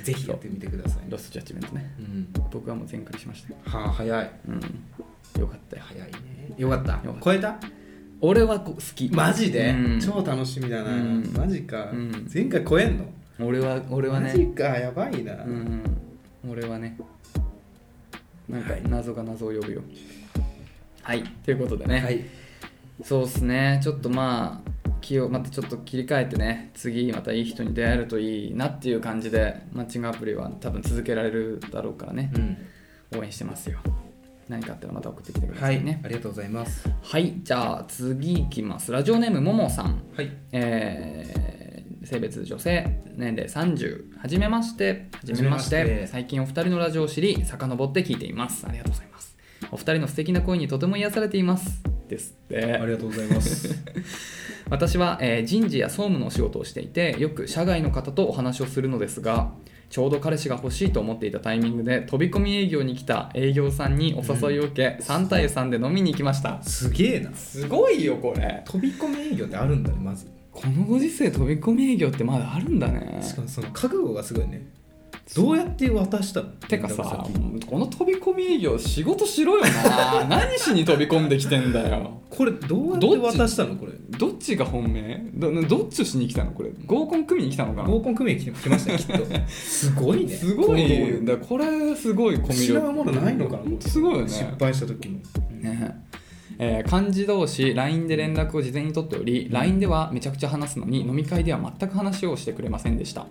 Speaker 1: ぜひやってみてください
Speaker 2: ロストジャッジメントね
Speaker 1: うん
Speaker 2: 僕はもう全クリしましたよ
Speaker 1: はあ早い
Speaker 2: うんよかったよ
Speaker 1: 早いねよかった
Speaker 2: よかった
Speaker 1: 超えた
Speaker 2: 俺はこ好き
Speaker 1: マジで、
Speaker 2: うん
Speaker 1: 超楽しみだな、
Speaker 2: うん
Speaker 1: マジか、
Speaker 2: うん
Speaker 1: 前回超えんの
Speaker 2: 俺は俺は
Speaker 1: マジ
Speaker 2: ね
Speaker 1: かやばいな、
Speaker 2: うん俺はねなんか
Speaker 1: はい
Speaker 2: 謎が謎を呼ぶよはいということでね、
Speaker 1: はい
Speaker 2: そうっすねちょっとまあ気をまたちょっと切り替えてね次またいい人に出会えるといいなっていう感じでマッチングアプリは多分続けられるだろうからね、
Speaker 1: うん
Speaker 2: 応援してますよ何かあったらまた送ってきてくだ
Speaker 1: は
Speaker 2: さ
Speaker 1: い、
Speaker 2: いね
Speaker 1: ありがとうございます
Speaker 2: はい、じゃあ次いきますラジオネームももさん、
Speaker 1: はい
Speaker 2: えー性別女性年齢30はじめましてはじめまして
Speaker 1: はじめまして
Speaker 2: 最近お二人のラジオを知り遡って聞いていますありがとうございますお二人の素敵な声にとても癒されていますですって
Speaker 1: ありがとうございます
Speaker 2: 私は、えー人事や総務のお仕事をしていてよく社外の方とお話をするのですがちょうど彼氏が欲しいと思っていたタイミングで飛び込み営業に来た営業さんにお誘いを受け、3対3で飲みに行きまし た
Speaker 1: すげえな
Speaker 2: すごいよこれ
Speaker 1: 飛び込み営業ってあるんだねまず
Speaker 2: このご時世飛び込み営業ってまだあるんだね
Speaker 1: しかもその覚悟がすごいねどうやって渡したの
Speaker 2: てかさ
Speaker 1: 連絡先
Speaker 2: この飛び込み営業仕事しろよ な何しに飛び込んできてんだよ
Speaker 1: これどうや
Speaker 2: ど
Speaker 1: っ
Speaker 2: ってち
Speaker 1: 渡したのこれ
Speaker 2: どっちが本命どどっちをしに来たのこれ合コン組みに来たのかな
Speaker 1: 合コン組合来ま したねきっとすごいね
Speaker 2: すご
Speaker 1: 行動
Speaker 2: い
Speaker 1: 力
Speaker 2: だこれすごいコミュ
Speaker 1: 失うものないのかなこれ
Speaker 2: すごいよね
Speaker 1: 失敗した時も
Speaker 2: ねえー漢字同士 LINE で連絡を事前に取っており LINE ではめちゃくちゃ話すのに飲み会では全く話をしてくれませんでした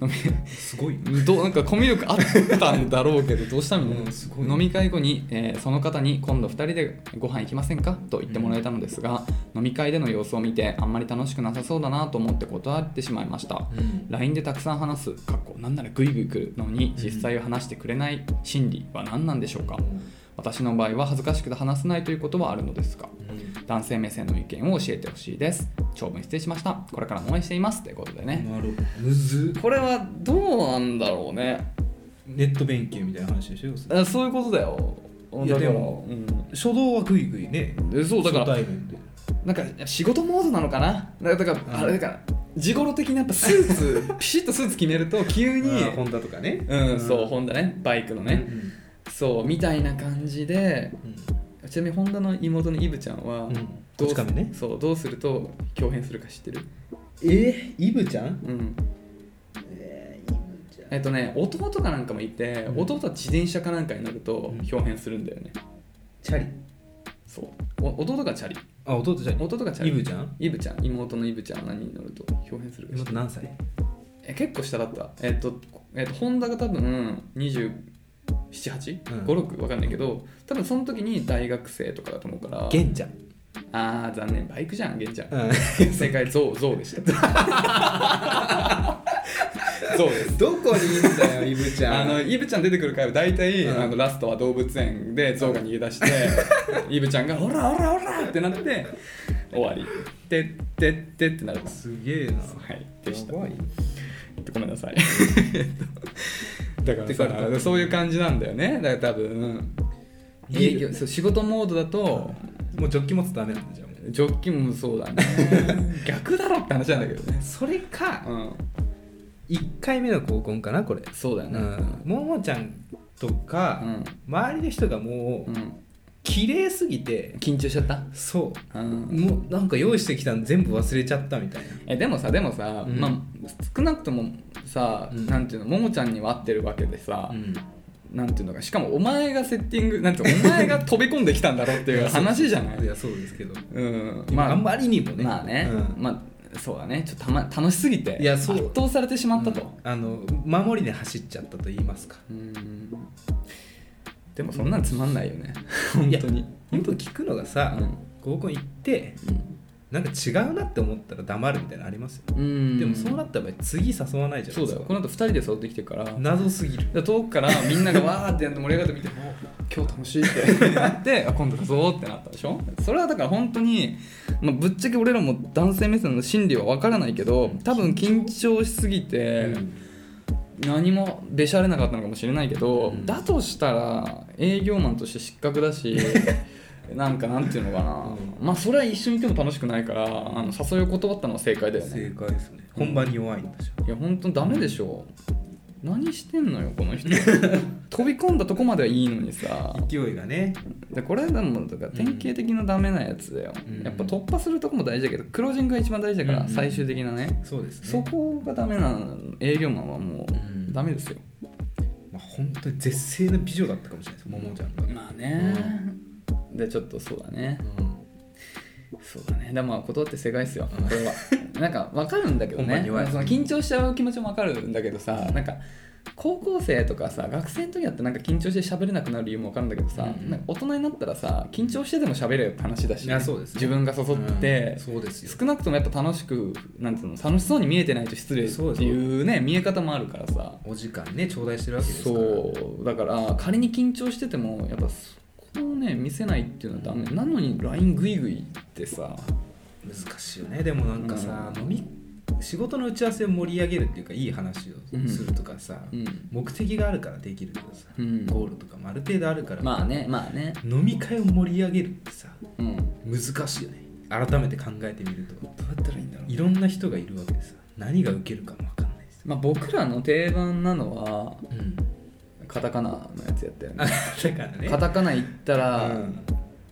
Speaker 2: 飲
Speaker 1: すごいね
Speaker 2: みどうなんかコミュ力あったんだろうけどどうしたみたい
Speaker 1: うん
Speaker 2: な
Speaker 1: すごいね
Speaker 2: 飲み会後に、えーその方に今度2人でご飯行きませんかと言ってもらえたのですが、飲み会での様子を見てあんまり楽しくなさそうだなと思って断ってしまいました、
Speaker 1: うん
Speaker 2: LINE でたくさん話すかっこなんならグイグイ来るのに実際は話してくれない心理は何なんでしょうか私の場合は恥ずかしくて話せないということはあるのですが男性目線の意見を教えてほしいです長文失礼しましたこれからも応援していますということでね、
Speaker 1: なるほどむず
Speaker 2: これはどうなんだろうね
Speaker 1: ネット勉強みたいな話でしょ要する
Speaker 2: あそういうことだよ
Speaker 1: いやでも
Speaker 2: うん
Speaker 1: に初動はグイグイね
Speaker 2: えそうだか
Speaker 1: 初
Speaker 2: ら
Speaker 1: 対面で
Speaker 2: なんか仕事モードなのかなだからだからあれだから時頃的なやっぱスーツ ピシッとスーツ決めると急に
Speaker 1: あーホンダとかね
Speaker 2: うんそうホンダねバイクのね、
Speaker 1: うん
Speaker 2: そうみたいな感じでちなみにホンダの妹のイブちゃんは、
Speaker 1: うん
Speaker 2: ど
Speaker 1: こ
Speaker 2: う
Speaker 1: ち亀ね
Speaker 2: そうどうすると豹変するか知ってる
Speaker 1: えイブちゃん
Speaker 2: うん
Speaker 1: えイブち
Speaker 2: えっとね弟かなんかもいて、
Speaker 1: うん
Speaker 2: 弟は自転車かなんかに乗ると
Speaker 1: うん
Speaker 2: 豹変するんだよね、
Speaker 1: チャリ
Speaker 2: そうお弟がチャリ
Speaker 1: あ弟じゃん
Speaker 2: 弟がチャ
Speaker 1: イ
Speaker 2: リ
Speaker 1: ブちゃん
Speaker 2: イブちゃん妹のイブちゃんは何に乗ると表変する
Speaker 1: 妹何歳
Speaker 2: え結構下だったえっと、えっと、ホンダが多分
Speaker 1: うん
Speaker 2: 275856、56わかんないけど多分その時に大学生とかだと思うから
Speaker 1: 玄ちゃん
Speaker 2: あー残念バイクじゃんゲンちゃん
Speaker 1: うん
Speaker 2: 正解ゾウゾウで したゾウで す
Speaker 1: どこにいるんだよイブちゃ
Speaker 2: あ
Speaker 1: ん
Speaker 2: のイブちゃん出てくる回は大体、
Speaker 1: うん
Speaker 2: あのラストは動物園でゾウが逃げ出して、 イブちゃんが「ほらほらほら!」ってなって終わり「てってって」ってなるんです
Speaker 1: すげえな
Speaker 2: はいでした
Speaker 1: やばい
Speaker 2: ごめんなさい だ から
Speaker 1: ってか
Speaker 2: さそういう感じなんだよねだから多分
Speaker 1: い
Speaker 2: い
Speaker 1: い
Speaker 2: い
Speaker 1: よ
Speaker 2: そう仕事モードだと
Speaker 1: もうジョッキ持つとダメなんだじゃんもう
Speaker 2: ジョッキもそうだ ね逆だろって話なんだけどね
Speaker 1: それか
Speaker 2: うん
Speaker 1: 1回目の合コンかなこれ
Speaker 2: そうだ
Speaker 1: う
Speaker 2: よね
Speaker 1: んももちゃんと
Speaker 2: う
Speaker 1: か
Speaker 2: ん、
Speaker 1: 周りの人がも
Speaker 2: う、
Speaker 1: うん綺麗すぎて
Speaker 2: 緊張しちゃった
Speaker 1: そう
Speaker 2: うん
Speaker 1: もうなんか用意してきたの全部忘れちゃったみたいな
Speaker 2: えでもさでもさ、
Speaker 1: うん
Speaker 2: まあ、少なくともさ、
Speaker 1: うん
Speaker 2: なんていうのももちゃんには合ってるわけでさ、
Speaker 1: うん
Speaker 2: なんていうのかしかもお前がセッティングなんていうのお前が飛び込んできたんだろっ ていう話じゃない
Speaker 1: いやそうですけど
Speaker 2: うん
Speaker 1: ま
Speaker 2: ま
Speaker 1: あ、あ
Speaker 2: あ
Speaker 1: まりにもね
Speaker 2: まあね、
Speaker 1: うん
Speaker 2: まあそうだねちょっとた、ま、楽しすぎて
Speaker 1: いやそう
Speaker 2: 圧倒されてしまったと、
Speaker 1: あの守りで走っちゃったと言いますか
Speaker 2: うんでもそんなんつまんないよ ね本当に
Speaker 1: よく聞くのがさ、
Speaker 2: うん
Speaker 1: 合コン行ってなんか違うなって思ったら黙るみたいなのありますよ、
Speaker 2: うん
Speaker 1: でもそうなった場合次誘わないじゃな
Speaker 2: そ
Speaker 1: いうで
Speaker 2: だ
Speaker 1: す
Speaker 2: よ
Speaker 1: か
Speaker 2: この後2人で揃ってきてるから
Speaker 1: 謎すぎる
Speaker 2: で遠くからみんながわーってやって盛り上がって見て「お今日楽し い」ってなってあ「今度だぞ」ってなったでしょそれはだから本当に、まあ、ぶっちゃけ俺らも男性目線の心理は分からないけど多分緊張しすぎて何もべしゃれなかったのかもしれないけど、
Speaker 1: うん
Speaker 2: だとしたら営業マンとして失格だ しなんかなんていうのかな、まあそれは一緒にいても楽しくないからあの誘いを断ったのは正解だよね
Speaker 1: 正解ですね本番に弱いんでしょ
Speaker 2: いや本当ダメでしょ何してんのよこの 人飛び込んだとこまではいいのにさ
Speaker 1: 勢いがね
Speaker 2: でこれでもだから典型的なダメなやつだよ、
Speaker 1: うん
Speaker 2: やっぱ突破するとこも大事だけどクロージングが一番大事だか
Speaker 1: うん
Speaker 2: ら最終的なね、
Speaker 1: そうですね
Speaker 2: そこがダメな営業マンはも
Speaker 1: うん
Speaker 2: うダメですよ、
Speaker 1: まあ、本当に絶世の美女だったかもしれないですももちゃんが、
Speaker 2: まあね、でちょっとそうだねそうだねでもまあ断って正解ですよこれはなんかわかるんだけど
Speaker 1: ほんま
Speaker 2: ね
Speaker 1: に弱い
Speaker 2: その緊張しちゃう気持ちもわかるんだけどさなんか高校生とかさ学生の時だってなんか緊張して喋れなくなる理由もわかるんだけどさ、
Speaker 1: うん
Speaker 2: なんか大人になったらさ緊張してでも喋れよって話だし
Speaker 1: い
Speaker 2: ね、
Speaker 1: やそうですね
Speaker 2: 自分が誘って
Speaker 1: うん、そうですよ
Speaker 2: 少なくともやっぱ楽しくなんていうの楽しそうに見えてないと失礼って
Speaker 1: そうです
Speaker 2: いうね見え方もあるからさ
Speaker 1: お時間ね頂戴してるわけですから
Speaker 2: そうだから仮に緊張しててもやっぱそこをね見せないっていうのはダメなのに LINE グイグイってさ
Speaker 1: 難しいよねでもなんかさ、
Speaker 2: うん
Speaker 1: 飲み仕事の打ち合わせを盛り上げるっていうかいい話をするとかさ、
Speaker 2: うん
Speaker 1: 目的があるからできるけどさ、
Speaker 2: うん
Speaker 1: ゴールとかもある程度あるから、
Speaker 2: まあねまあね
Speaker 1: 飲み会を盛り上げるってさ
Speaker 2: うんど
Speaker 1: 難しいよね改めて考えてみると
Speaker 2: うやったらいいんだろ
Speaker 1: いろんな人がいるわけでさ何が受けるかも分かんないですよ、
Speaker 2: まあ僕らの定番なのは
Speaker 1: うん、
Speaker 2: カタカナのやつやったよ
Speaker 1: あ
Speaker 2: ね
Speaker 1: だからね
Speaker 2: カタカナ言ったら、
Speaker 1: うん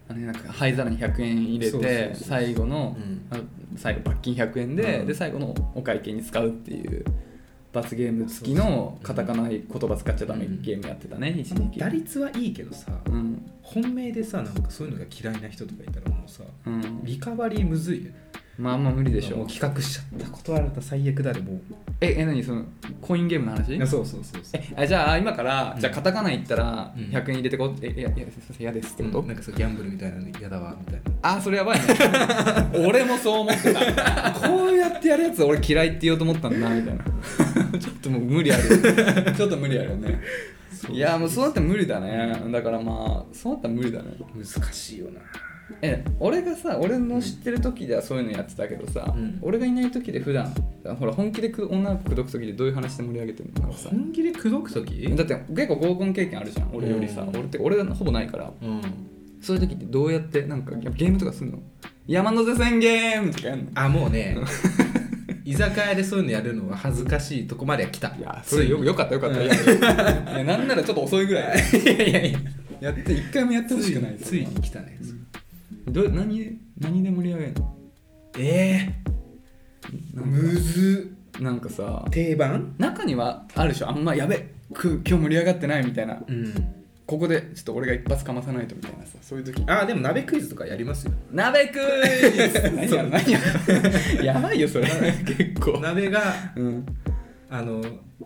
Speaker 2: あれなんか灰皿に100円入れ
Speaker 1: そうそうそう
Speaker 2: て最後の、
Speaker 1: うん
Speaker 2: あ最後罰金100円で、
Speaker 1: うん
Speaker 2: で最後のお会計に使うっていう罰ゲーム付きの
Speaker 1: そう
Speaker 2: カタカナ言葉使っちゃダメ
Speaker 1: うん
Speaker 2: ゲームやってたね一時期
Speaker 1: 打率はいいけどさ
Speaker 2: うん
Speaker 1: 本命でさなんかそういうのが嫌いな人とかいたらもうさ
Speaker 2: うん
Speaker 1: リカバリーむずいよね
Speaker 2: まあまあ無理でし
Speaker 1: も
Speaker 2: ょ
Speaker 1: う企画しちゃった断られた最悪だでもう
Speaker 2: ええ何そのコインゲームの話
Speaker 1: いやそうそうそうそう
Speaker 2: えじゃあ今から、
Speaker 1: うん
Speaker 2: じゃあカタカナ言ったら
Speaker 1: うん
Speaker 2: 100円入れてこうって、えいやいや嫌ですってこと、
Speaker 1: なんかそうギャンブルみたいなの嫌だわみたいな
Speaker 2: あそれやばいね俺もそう思ってたこうやってやるやつ俺嫌いって言おうと思ったんだなみたいな ちょっともう無理あるちょっと無理あるよねいやもうそうなったら無理だねだからまあそうなったら無理だね
Speaker 1: 難しいよな
Speaker 2: え俺がさ俺の知ってる時ではそういうのやってたけどさ、
Speaker 1: うん
Speaker 2: 俺がいない時で普段ほら本気でく女の子口説く時でどういう話で盛り上げてるのなんかさ
Speaker 1: 本気で口説く時
Speaker 2: だって結構合コン経験あるじゃん俺よりさ、
Speaker 1: うん
Speaker 2: 俺って俺がほぼないから
Speaker 1: うん
Speaker 2: そういう時ってどうやってなんかやっぱゲームとかするの山手線ゲームとかやんの
Speaker 1: あもう ね居酒屋でそういうのやるのは恥ずかしいとこまでは来た
Speaker 2: いやそれよ
Speaker 1: く
Speaker 2: よかったよかった、いやいやなんならちょっと遅いぐらい いやいやいややって一回もやってほしくない
Speaker 1: ついに来たね
Speaker 2: ど何何で盛り上げるの
Speaker 1: ええむず
Speaker 2: なんかさ
Speaker 1: 定番
Speaker 2: 中にはあるでしょあんまやべく今日盛り上がってないみたいな
Speaker 1: うん
Speaker 2: ここでちょっと俺が一発かまさないとみたいなさそういう時
Speaker 1: ああでも鍋クイズとかやりますよ
Speaker 2: 鍋くー 何や何や やばいよそれ結構
Speaker 1: 鍋が
Speaker 2: うん
Speaker 1: あの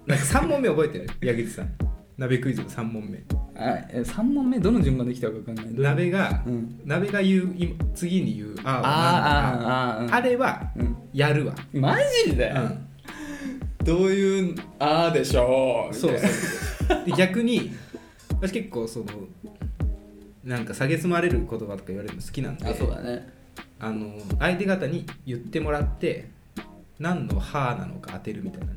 Speaker 1: なんか3問目覚えてる矢口さん鍋クイズの3問目
Speaker 2: あえ3問目どの順番できたか分かんないどれ
Speaker 1: 鍋が、
Speaker 2: うん
Speaker 1: 鍋が言う今次に言うああ
Speaker 2: あーあーあーうん
Speaker 1: あれは
Speaker 2: うん
Speaker 1: やるわ、
Speaker 2: マジで、
Speaker 1: うん
Speaker 2: どういうああでしょう
Speaker 1: そう
Speaker 2: みた
Speaker 1: そで
Speaker 2: いう
Speaker 1: 逆に私結構そのなんか蔑まれる言葉とか言われるの好きなんで
Speaker 2: なあそうだね
Speaker 1: あの相手方に言ってもらって何の「は」なのか当てるみたいなね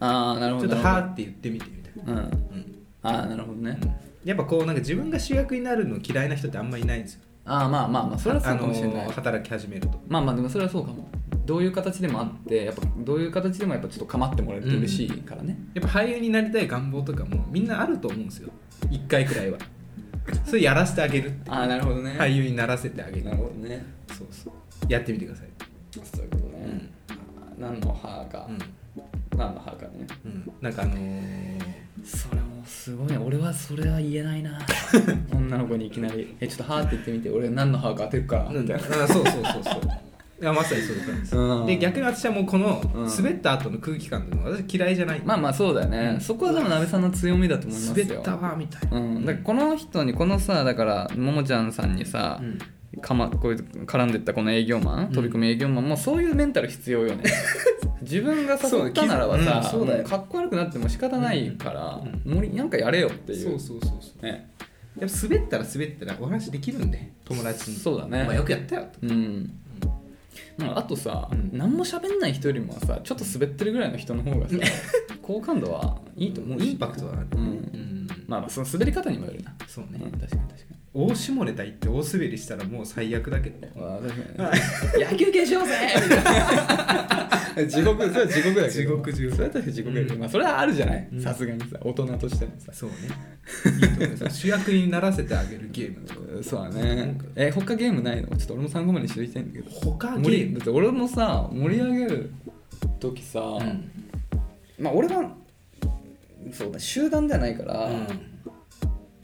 Speaker 2: ああなるほ
Speaker 1: ちょ
Speaker 2: ど
Speaker 1: っと「
Speaker 2: な
Speaker 1: は」
Speaker 2: る
Speaker 1: って言ってみてみたいな、
Speaker 2: ほどうん
Speaker 1: うん
Speaker 2: ああなるほどね、
Speaker 1: やっぱこうなんか自分が主役になるの嫌いな人ってあんまりいないんですよ
Speaker 2: ああまあまあまあそれはそうかもしれない、
Speaker 1: あの働き始めると
Speaker 2: まあまあでもそれはそうかもどういう形でもあってやっぱどういう形でもやっぱちょっと構ってもらえると嬉しいからね、
Speaker 1: やっぱ俳優になりたい願望とかもみんなあると思うんですよ1回くらいはそれやらせてあげるって
Speaker 2: ああなるほどね
Speaker 1: 俳優にならせてあげる
Speaker 2: なるほどね
Speaker 1: そうそうやってみてください
Speaker 2: そういうことね、
Speaker 1: うん
Speaker 2: 何の歯か、
Speaker 1: うん
Speaker 2: 何の歯かね
Speaker 1: うんなんかあのー
Speaker 2: それもうすごいね俺はそれは言えない な女の子にいきなり「えちょっと歯って言ってみて俺何の歯か当てるから」
Speaker 1: な
Speaker 2: み
Speaker 1: ん
Speaker 2: た
Speaker 1: だ
Speaker 2: い
Speaker 1: あ
Speaker 2: な
Speaker 1: そうそうそうそういやまさにそういう感じです、
Speaker 2: うん
Speaker 1: で逆に私はもうこの
Speaker 2: うん
Speaker 1: 滑った後の空気感というのは私嫌いじゃない、
Speaker 2: まあまあそうだよね、
Speaker 1: うん
Speaker 2: そこはでもなべさんの強みだと思います
Speaker 1: 滑
Speaker 2: よ
Speaker 1: ったわみたいな、
Speaker 2: うん、だからこの人にこのさだからももちゃんさんにさ、
Speaker 1: うん
Speaker 2: かまこういう絡んでったこの営業マン
Speaker 1: うん
Speaker 2: 飛び込み営業マンもそういうメンタル必 要よね自分が誘ったならばさ、
Speaker 1: そうだ気づうんそうだよ
Speaker 2: もうかっこ悪くなっても仕方ないから、
Speaker 1: う
Speaker 2: もうなんかやれよっていう
Speaker 1: そうそうそうそう
Speaker 2: ね
Speaker 1: やっぱ滑ったら滑ったらお話できるんで友達に
Speaker 2: そうだね
Speaker 1: お前よくやったよと
Speaker 2: うんまあ、あとさ、
Speaker 1: うん
Speaker 2: 何も喋んない人よりもさちょっと滑ってるぐらいの人の方 がさ好感度はいいと思うし
Speaker 1: インパクトはある、
Speaker 2: うん
Speaker 1: うん
Speaker 2: まあまあその滑り方にもよるな、
Speaker 1: そう
Speaker 2: うん、
Speaker 1: ね、
Speaker 2: 確かに確かに
Speaker 1: 大下ネタ言って大滑りしたらもう最悪だけど
Speaker 2: あ確かに野球系しようぜみたいな 地獄それは地獄だけど
Speaker 1: 地獄地獄
Speaker 2: それは確かに地獄だけど、
Speaker 1: うん
Speaker 2: まあ、それはあるじゃない
Speaker 1: うん
Speaker 2: さすがにさ大人としてもさ
Speaker 1: そうねいいと思い ます主役にならせてあげるゲームとか
Speaker 2: そうだねえ他ゲームないのちょっと俺も参考までにしておきたいんだけど
Speaker 1: 他ゲ
Speaker 2: 盛
Speaker 1: ー
Speaker 2: りだ
Speaker 1: ム
Speaker 2: って俺もさ盛り上げる時さ、
Speaker 1: うん
Speaker 2: まあ俺はそうだ集団ではないから、
Speaker 1: うん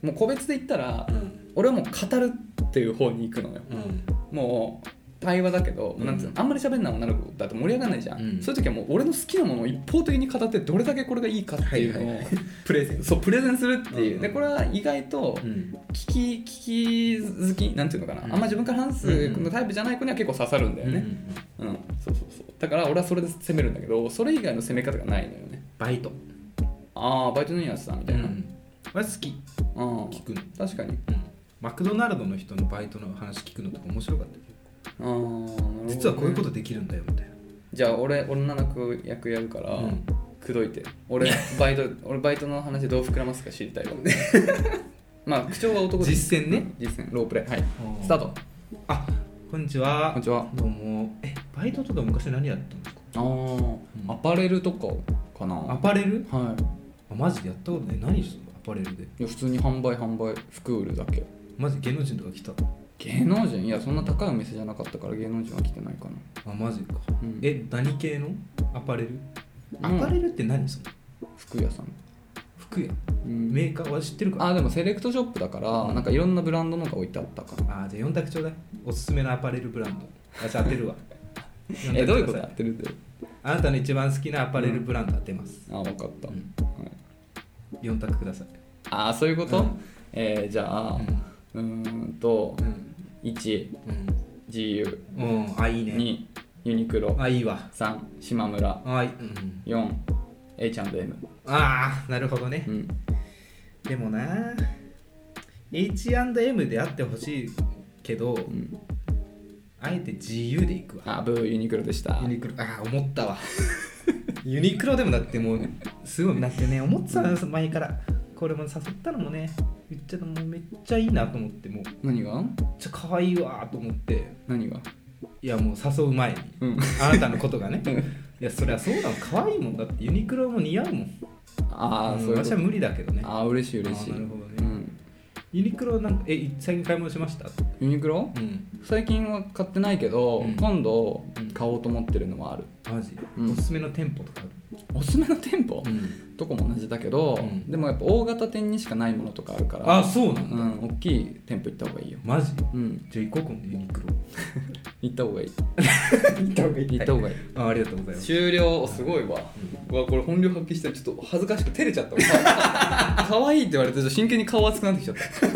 Speaker 2: もう個別で言ったら、
Speaker 1: うん
Speaker 2: 俺はもう語るっていう方に行くのよ、
Speaker 1: うん
Speaker 2: もう対話だけど、
Speaker 1: うん
Speaker 2: なんつうのあんまり喋んない女の子だと盛り上がらないじゃん、
Speaker 1: うん
Speaker 2: そういう時はもう俺の好きなものを一方的に語ってどれだけこれがいいかっていうのを、
Speaker 1: はいはいはいプレゼン
Speaker 2: そうプレゼンするっていう、
Speaker 1: うん
Speaker 2: でこれは意外と
Speaker 1: うん
Speaker 2: 聞き聞き好きなんていうのかな、
Speaker 1: うん
Speaker 2: あんま自分から話すのタイプじゃない子には結構刺さるんだよね、うんそうそうそうだから俺はそれで攻めるんだけどそれ以外の攻め方がないのよね
Speaker 1: バイト
Speaker 2: ああバイトのやつだみたいな、うん
Speaker 1: は好き聞くの、
Speaker 2: 確かに
Speaker 1: マクドナルドの人のバイトの話聞くのとか面白かったよ
Speaker 2: ああ
Speaker 1: 実はこういうこととできるんだよみたいな
Speaker 2: じゃあ俺女の子役やるから、
Speaker 1: うん
Speaker 2: 口説いて俺 バイト俺バイトの話どう膨らますか知りたい わまあ口調は男です
Speaker 1: 実践ね
Speaker 2: 実践ロープレイはいスタート
Speaker 1: あこんにち
Speaker 2: こ
Speaker 1: は
Speaker 2: んにちは
Speaker 1: どうもえバイトとか昔何やったんですか
Speaker 2: あ
Speaker 1: うん
Speaker 2: あアパレルとかかな
Speaker 1: アパレル
Speaker 2: は
Speaker 1: あマジでやったことない何してたのアパレルで
Speaker 2: いいや普通に販売販売服売るだけ
Speaker 1: マジ芸能人とか来た
Speaker 2: 芸能人いやそんな高いお店じゃなかったから芸能人は来てないかな
Speaker 1: あマジか、
Speaker 2: うん
Speaker 1: え何系のアパレルア
Speaker 2: うん
Speaker 1: パレルって何その
Speaker 2: 服屋さん、
Speaker 1: 服や
Speaker 2: うん
Speaker 1: メーカーは知ってるから
Speaker 2: あでもセレクトショップだから、
Speaker 1: うん
Speaker 2: なんかいろんなブランドのが置いてあったかな
Speaker 1: あじゃあ4択ちょうだいおすすめのアパレルブランド私当てるわ四択
Speaker 2: えどういう
Speaker 1: く
Speaker 2: こと
Speaker 1: だ
Speaker 2: や
Speaker 1: さ
Speaker 2: ってるって
Speaker 1: あなたの一番好きなアパレルブランド当てます、
Speaker 2: あ分かった、
Speaker 1: うん
Speaker 2: はい、
Speaker 1: 4択ください
Speaker 2: ああそういうこと、
Speaker 1: うん
Speaker 2: えーじゃあうーんと
Speaker 1: うん
Speaker 2: 1
Speaker 1: うん、うん、あいいね
Speaker 2: GU2 ユニクロ
Speaker 1: あいいわ
Speaker 2: 3しまむら
Speaker 1: あいうん、
Speaker 2: 4 H&M
Speaker 1: ああなるほどね
Speaker 2: う、ん
Speaker 1: でもな H&M であってほしいけど、
Speaker 2: ん
Speaker 1: あえて GU で行くわ
Speaker 2: あブーユニクロでした
Speaker 1: ユニクロああ思ったわ ユニクロでもだってもうすごいなってね思ってたの前からこれも誘ったのもね言っちゃったもうめっちゃいいなと思ってもうめっ
Speaker 2: 何が
Speaker 1: ちゃ可愛いわと思って
Speaker 2: 何が
Speaker 1: いやもう誘う前に
Speaker 2: うん
Speaker 1: あなたのことが ね
Speaker 2: ん
Speaker 1: いやそりゃそうだもん可愛いもんだってユニクロも似合うもん
Speaker 2: ああ、
Speaker 1: うん
Speaker 2: そういうこ
Speaker 1: 私は
Speaker 2: と
Speaker 1: 無理だけどね
Speaker 2: ああ嬉しい嬉しい
Speaker 1: あーなるほどね
Speaker 2: うん、
Speaker 1: ユニクロなんかえ最近買い物しました
Speaker 2: ユニクロ
Speaker 1: うん
Speaker 2: 最近は買ってないけど、
Speaker 1: うん
Speaker 2: 今度
Speaker 1: うん
Speaker 2: 買おうと思ってるのはある、
Speaker 1: マジ、
Speaker 2: うん
Speaker 1: おすすめの店舗とかある
Speaker 2: おすすめの店舗
Speaker 1: うん
Speaker 2: とこも同じだけど、
Speaker 1: うん
Speaker 2: でもやっぱ大型店にしかないものとかあるから
Speaker 1: あそうなん
Speaker 2: う
Speaker 1: だ、
Speaker 2: ん、大きい店舗行った方がいいよ
Speaker 1: マジ
Speaker 2: うん
Speaker 1: じゃあ行こう今度ユニクロ
Speaker 2: 行った方がいい
Speaker 1: 行った方がい
Speaker 2: 行った方がいい
Speaker 1: あありがとうございます
Speaker 2: 終了すごいわ、うわこれ本領発揮してちょっと恥ずかしく照れちゃった わ可愛いって言われてちょっと真剣に顔熱くなってきちゃっ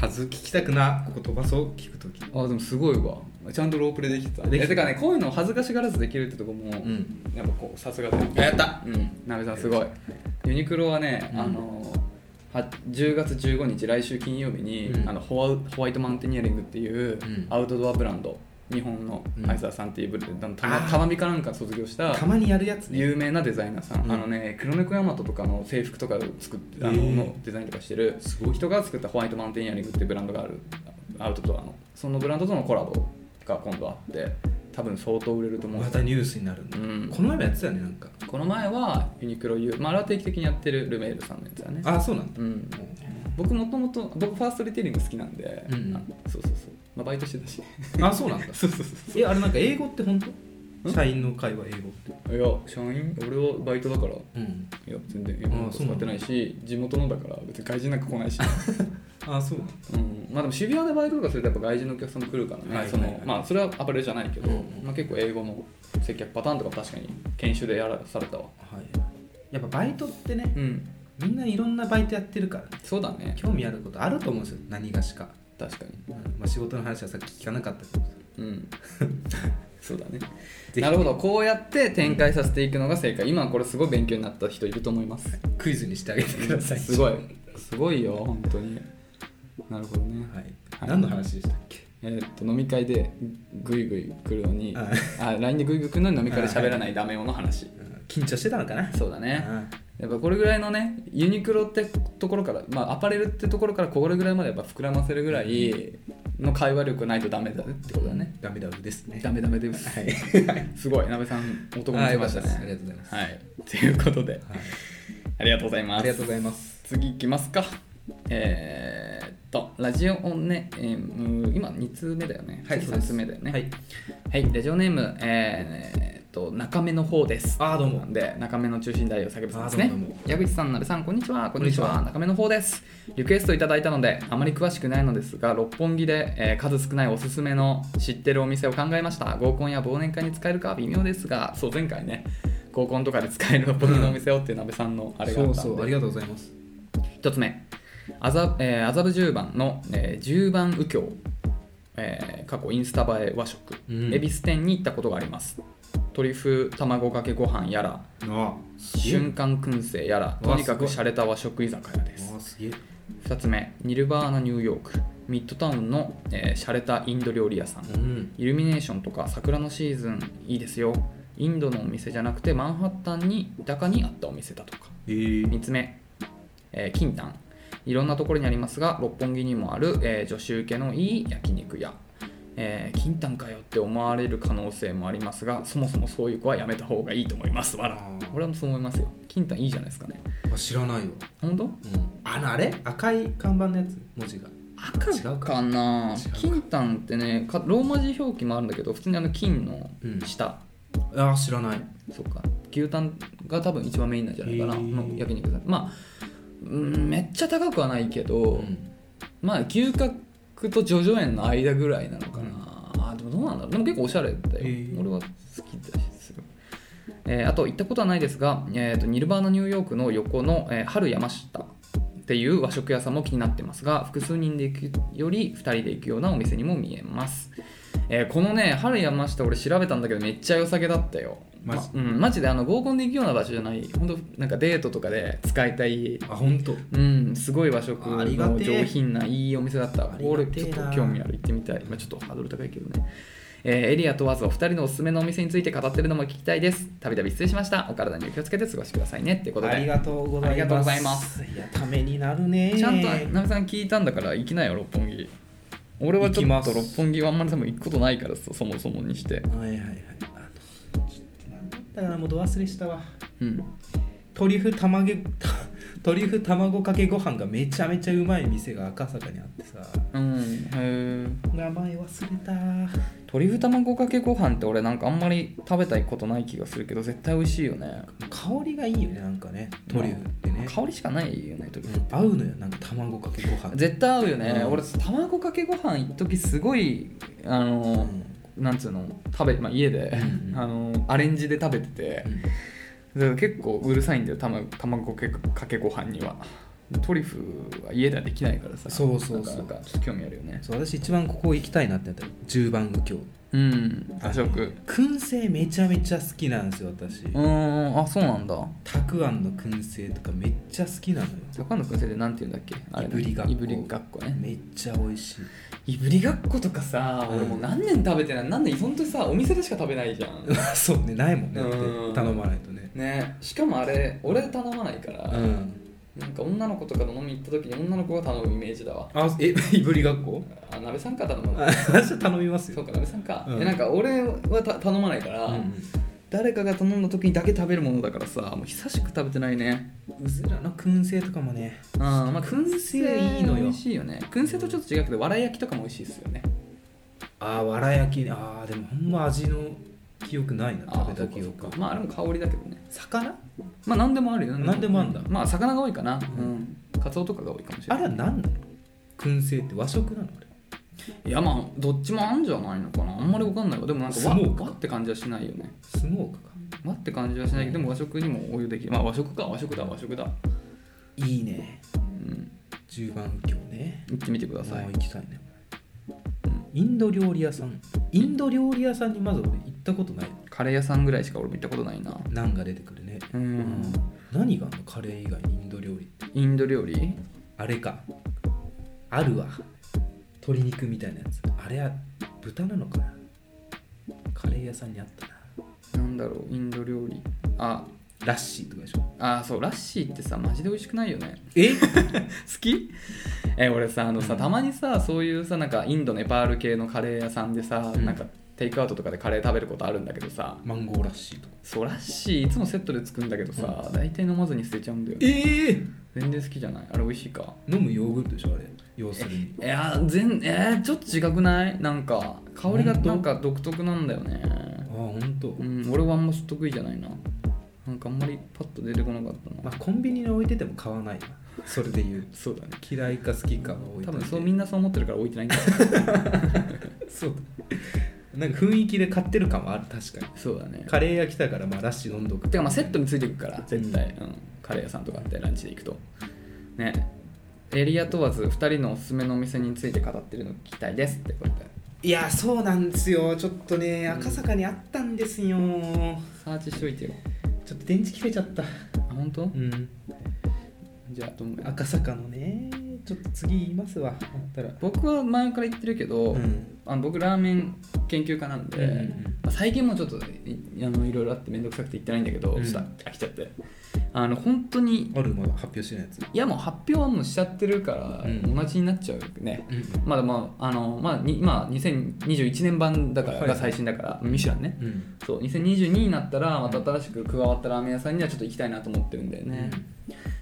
Speaker 1: はず聞きたくなここ飛ばそう聞くとき
Speaker 2: たあでもすごいわちゃんとロープレできてた
Speaker 1: できてた
Speaker 2: えてかねこういうの恥ずかしがらずできるってとこも、
Speaker 1: うん
Speaker 2: やっぱこうさすがだよ
Speaker 1: やった
Speaker 2: うんなべさんすごいユニクロはね、
Speaker 1: うん
Speaker 2: あのは10月15日来週金曜日に、
Speaker 1: うん
Speaker 2: あのホワホワイトマウンテニアリングっていう
Speaker 1: うん
Speaker 2: アウトドアブランド、日本の
Speaker 1: うん
Speaker 2: 相沢さんっていうブランド、た
Speaker 1: あ
Speaker 2: ま
Speaker 1: ー
Speaker 2: たまみかなんか卒業した
Speaker 1: たまにやるやつね
Speaker 2: 有名なデザイナーさん、
Speaker 1: うん
Speaker 2: あのね黒猫ヤマトとかの制服とかを作ってあの,、
Speaker 1: へー
Speaker 2: のデザインとかしてる
Speaker 1: すごい
Speaker 2: 人が作ったホワイトマウンテンイヤリングっていうブランドがあるアウトドアのそのブランドとのコラボが今度あって多分相当売れると思う
Speaker 1: またニュースになるんだ、
Speaker 2: うん
Speaker 1: この前もやってたよねなんか
Speaker 2: この前はユニクロ U、まあ、あれは定期的にやってるルメールさんのやつだね
Speaker 1: あそうなんだ、
Speaker 2: うん僕もともと僕ファーストリテイリング好きなんで、
Speaker 1: うんうん
Speaker 2: あそうそうそう、まあ、バイトしてたし
Speaker 1: あ そうなんだ
Speaker 2: そうそうそ
Speaker 1: えあれなんか英語って本当社員の会話英語って
Speaker 2: ういや社員俺はバイトだから
Speaker 1: うん
Speaker 2: いや全然今も
Speaker 1: あそう
Speaker 2: 使
Speaker 1: な
Speaker 2: っ
Speaker 1: ん
Speaker 2: て
Speaker 1: だ
Speaker 2: ないし地元のだから別に外人なんか来ないし、
Speaker 1: あそうなんだ
Speaker 2: うん、まあでも渋谷でバイトとかするとやっぱ外人のお客さんも来るからね、
Speaker 1: はい
Speaker 2: その
Speaker 1: はいはい
Speaker 2: まあそれはアパレルじゃないけど、
Speaker 1: うんうん
Speaker 2: まあ、結構英語の接客パターンとか確かに研修でやらされたわ
Speaker 1: はいやっぱバイトってね
Speaker 2: うん
Speaker 1: みんないろんなバイトやってるから
Speaker 2: そうだね
Speaker 1: 興味あることあると思うんですよ何がしか、
Speaker 2: 確か
Speaker 1: うんまあ、仕事の話はさっき聞かなかったけど
Speaker 2: にうん そうだね
Speaker 1: ひ
Speaker 2: なるほどこうやって展開させていくのが正解今これすごい勉強になった人いると思います
Speaker 1: クイズにしてあげてください
Speaker 2: すごいすごいよ本当になるほどね
Speaker 1: はい
Speaker 2: はい
Speaker 1: 何の話でしたっけ
Speaker 2: えーっと飲み会でグイグイ来るのに
Speaker 1: あ
Speaker 2: あ LINE でグイグイ来るのに飲み会で喋らないダメ男の話
Speaker 1: うん緊張してたのかな
Speaker 2: そうだね
Speaker 1: うん
Speaker 2: やっぱこれぐらいのねユニクロってところから、まあ、アパレルってところからこれぐらいまでやっぱ膨らませるぐらいの会話力ないとダメだねってことだね
Speaker 1: ダメダメですね
Speaker 2: ダメダメです
Speaker 1: はい
Speaker 2: すごいなべさん男見
Speaker 1: あー
Speaker 2: せ
Speaker 1: よか
Speaker 2: ま
Speaker 1: っ
Speaker 2: した
Speaker 1: で
Speaker 2: たね
Speaker 1: すありがとうございます
Speaker 2: はいということで
Speaker 1: はい
Speaker 2: ありがとうございます
Speaker 1: ありがとうございます
Speaker 2: 次いきますかえーっとラジオオンネーム今2通目だよね
Speaker 1: はいそう
Speaker 2: 3
Speaker 1: です
Speaker 2: 通目だよね
Speaker 1: はい
Speaker 2: はいラジオネームえーえーっと中目の方です
Speaker 1: ああどうも
Speaker 2: で中目の中心大王叫ぶさんですね
Speaker 1: あどうもどうも
Speaker 2: 矢口さんなべさんこんにちはこ
Speaker 1: んにちは
Speaker 2: 中目の方ですリクエストいただいたのであまり詳しくないのですが六本木で、えー数少ないおすすめの知ってるお店を考えました合コンや忘年会に使えるかは微妙ですがそう前回ね合コンとかで使える六本木のお店をっていうなべさんのあれがあったんで
Speaker 1: そうそうありがとうございます
Speaker 2: 1つ目麻布、えー、麻布十番の、えー十番右京、えー過去インスタ映え和食、
Speaker 1: うん
Speaker 2: 恵比寿店に行ったことがありますトリュフ卵かけご飯やら
Speaker 1: あ
Speaker 2: 瞬間燻製やら
Speaker 1: うわ
Speaker 2: とにかく
Speaker 1: す
Speaker 2: 洒落た和食居酒屋で
Speaker 1: あ
Speaker 2: す
Speaker 1: ーすげえ
Speaker 2: 2つ目ニルバーナニューヨークミッドタウンの、えー、洒落たインド料理屋さん
Speaker 1: うん
Speaker 2: イルミネーションとか桜のシーズンいいですよインドのお店じゃなくてマンハッタンに豊かにあったお店だとか
Speaker 1: えー
Speaker 2: 3つ目、えー、金丹いろんなところにありますが六本木にもある、えー女子受けのいい焼肉屋、えー、金丹かよって思われる可能性もありますがそもそもそういう子はやめた方がいいと思いますわら
Speaker 1: あー
Speaker 2: 俺もそう思いますよ金丹いいじゃないですかね
Speaker 1: あ知らないわ
Speaker 2: 本当
Speaker 1: うんあのあれ赤い看板のやつ文字が
Speaker 2: 赤
Speaker 1: 違うか
Speaker 2: かな
Speaker 1: 違うか
Speaker 2: 金丹ってねかローマ字表記もあるんだけど普通にあの金の
Speaker 1: うん
Speaker 2: 下、
Speaker 1: ああ知らない
Speaker 2: そうか牛タンが多分一番メインなんじゃないかな
Speaker 1: へー
Speaker 2: の焼肉だまあうんめっちゃ高くはないけど、
Speaker 1: うん
Speaker 2: まあ牛角と叙々苑の間ぐらいなのかな、あでもどうなんだろうでも結構おしゃれだよ、
Speaker 1: へえ
Speaker 2: 俺は好きだしする、えーあと行ったことはないですが、えー、とニルバーナニューヨークの横の、えー春山下っていう和食屋さんも気になってますが複数人で行くより2人で行くようなお店にも見えます、えーこのね春山下俺調べたんだけどめっちゃ良さげだったよ
Speaker 1: マジ
Speaker 2: まうん、マジであの合コンで行くような場所じゃない本当なんかデートとかで使いたい
Speaker 1: あ本当
Speaker 2: うん、すごい和食
Speaker 1: ありが
Speaker 2: の
Speaker 1: てえ
Speaker 2: 上品ないいお店だった。
Speaker 1: ありが
Speaker 2: これ
Speaker 1: て
Speaker 2: ち
Speaker 1: え
Speaker 2: ょ
Speaker 1: な
Speaker 2: っと興味ある、行ってみたい。まあ、ちょっとハードル高いけどね。えーエリア問わずお二人のおすすめのお店について語ってるのも聞きたいです。たびたび失礼しました。お体にお気をつけて過ごしてくださいね。ってこと
Speaker 1: あり
Speaker 2: で。
Speaker 1: がとうございます
Speaker 2: ありがとうございます
Speaker 1: いやためになるね
Speaker 2: ちゃんと、なみさん聞いたんだから行きなよ、六本木。俺はちょ
Speaker 1: 行きま
Speaker 2: っ
Speaker 1: す
Speaker 2: と六本木はあんまり多分行くことないからそそもそもにし
Speaker 1: は
Speaker 2: て。
Speaker 1: いはいはいあのちょっとなんだったかなもうど忘れしたわ
Speaker 2: うん。
Speaker 1: トリュフ卵げ トリュフ卵かけご飯がめちゃめちゃうまい店が赤坂にあってさ
Speaker 2: うん。へえ。
Speaker 1: 名前忘れた
Speaker 2: 鶏ふ卵かけご飯って俺なんかあんまり食べたいことない気がするけど絶対美味しいよね
Speaker 1: 香りがいいよねなんかねトリュフってね、
Speaker 2: 香りしかないよね鶏
Speaker 1: うん合うのよなんか卵かけご飯
Speaker 2: 絶対合うよね、
Speaker 1: うん
Speaker 2: 俺卵かけご飯一時すごいあ
Speaker 1: うんう
Speaker 2: の、
Speaker 1: ん
Speaker 2: なんつうの食べ、まあ、家
Speaker 1: う
Speaker 2: で、
Speaker 1: んうん
Speaker 2: あのアレンジで食べてて、だから結構うるさいんだよ卵卵かけご飯にはトリュフは家ではできないからさ
Speaker 1: そうそうそう
Speaker 2: なかなかちょっと興味あるよね
Speaker 1: そう私一番ここ行きたいなってなったら十番右京
Speaker 2: うん多食
Speaker 1: 燻製めちゃめちゃ好きなんですよ私、
Speaker 2: うーんあそうなんだ
Speaker 1: たくあんの燻製とかめっちゃ好きなのよ
Speaker 2: 高野先生でなんて言うんだっけあれ
Speaker 1: いぶりがっこ
Speaker 2: いぶりがっこね
Speaker 1: めっちゃ美味しい
Speaker 2: いぶりがっことかさ俺もう何年食べてない何年本当にさお店でしか食べないじゃん
Speaker 1: そうねないもんねだって
Speaker 2: うん
Speaker 1: 頼まないとね
Speaker 2: ねしかもあれ俺頼まないから、
Speaker 1: うん
Speaker 2: なんか女の子とかと飲み行った時に女の子が頼むイメージだわ
Speaker 1: あ えいぶりがっこ
Speaker 2: あ鍋さんか頼むの
Speaker 1: あ私は頼みます
Speaker 2: そう
Speaker 1: よ
Speaker 2: か鍋さんか、
Speaker 1: うん
Speaker 2: えなんか俺はた頼まないから、誰かが頼んだ時にだけ食べるものだからさもう久しく食べてないね
Speaker 1: うんうずらの燻製とかもね
Speaker 2: うんまあ燻製
Speaker 1: いいのよ
Speaker 2: 美味しいよね燻製とちょっと違くてわら焼きとかも美味しいですよね
Speaker 1: あーわら焼きねあーでもほんま味の記憶ないな食べた記
Speaker 2: あーそうかそう
Speaker 1: 憶
Speaker 2: かまああれも香りだけどね
Speaker 1: 魚
Speaker 2: まあ何でもあるよ
Speaker 1: 何でもあるんだ
Speaker 2: まあ魚が多いかな
Speaker 1: う
Speaker 2: うんんカツオとかが多いかもしれ
Speaker 1: あ
Speaker 2: な
Speaker 1: れ
Speaker 2: い
Speaker 1: は何なの燻製って和食なのあれ
Speaker 2: いやまあどっちもあんじゃないのかなあんまりわかんないわでもなんか
Speaker 1: ス
Speaker 2: 和
Speaker 1: モーク
Speaker 2: 和って感じはしないよね
Speaker 1: スモークか
Speaker 2: 和って感じはしないけどでも和食にも応用できるまあ和食か和食だ和食だ
Speaker 1: いいね
Speaker 2: うん
Speaker 1: 十番今日ね
Speaker 2: 行ってみてください
Speaker 1: もう行きたいねインド料理屋さんインド料理屋さんにまず俺行ったことない
Speaker 2: カレー屋さんぐらいしか俺も行ったことないな
Speaker 1: 何が出てくるね、
Speaker 2: う
Speaker 1: うん何があんのカレー以外にインド料理って
Speaker 2: インド料理
Speaker 1: あれかあるわ鶏肉みたいなやつあれは豚なのかなカレー屋さんにあったな
Speaker 2: なんだろうインド料理あ
Speaker 1: ラッシーとかでしょ
Speaker 2: あそうラッシーってさマジで美味しくないよね
Speaker 1: え
Speaker 2: 好きえ俺さあのさたまにさそういうさなんかインドネパール系のカレー屋さんでさ、
Speaker 1: うん
Speaker 2: なんかテイクアウトとかでカレー食べることあるんだけどさ
Speaker 1: マンゴーラッシーとか
Speaker 2: そうラッシーいつもセットで作るんだけどさ、大体飲まずに捨てちゃうんだよね
Speaker 1: ええ
Speaker 2: 全然好きじゃないあれ美味しいか
Speaker 1: 飲むヨーグルトでしょあれ要するに
Speaker 2: いや全えー、ちょっと違くないなんか香りが
Speaker 1: ほんと
Speaker 2: なんか独特なんだよね
Speaker 1: ああほんと、
Speaker 2: うん俺はあんま得意じゃないななんかあんまりパッと出てこなかったな、
Speaker 1: まあコンビニに置いてても買わないなそれで言う
Speaker 2: そうだね
Speaker 1: 嫌いか好きかは置いて
Speaker 2: 多
Speaker 1: て
Speaker 2: 分そうみんなそう思ってるから置いてないんだ
Speaker 1: そうだなんか雰囲気で買ってる感はある確かに
Speaker 2: そうだね
Speaker 1: カレー屋来たからまあラッシー飲んどく
Speaker 2: てかまあセットについていくから絶対、うんカレー屋さんとかってランチで行くとねエリア問わず2人のおすすめのお店について語ってるの聞きたいですってことで
Speaker 1: いやそうなんですよちょっとね
Speaker 2: うん
Speaker 1: 赤坂にあったんですよ
Speaker 2: サーチしといてよ
Speaker 1: ちょっと電池切れちゃった
Speaker 2: あ本当、
Speaker 1: うん
Speaker 2: じゃあどんぐらい
Speaker 1: 赤坂のねちょっと次言いますわあったら
Speaker 2: 僕は前から言ってるけど、
Speaker 1: うん
Speaker 2: あの僕ラーメン研究家なんで、
Speaker 1: うんうんうん
Speaker 2: まあ最近もちょっといあのいろいろあって面倒くさくて行ってないんだけど、
Speaker 1: うん
Speaker 2: ちょっと飽きちゃってあの本当に
Speaker 1: あるまだ発表してないやつ
Speaker 2: いやもう発表はもうしちゃってるから、
Speaker 1: うん
Speaker 2: 同じになっちゃうよね
Speaker 1: うん
Speaker 2: まだまああのまあにまあ2021年版だから
Speaker 1: はい
Speaker 2: が最新だから、ミシュランね
Speaker 1: うん
Speaker 2: そう2022になったらまた新しく加わったラーメン屋さんにはちょっと行きたいなと思ってるんだよね、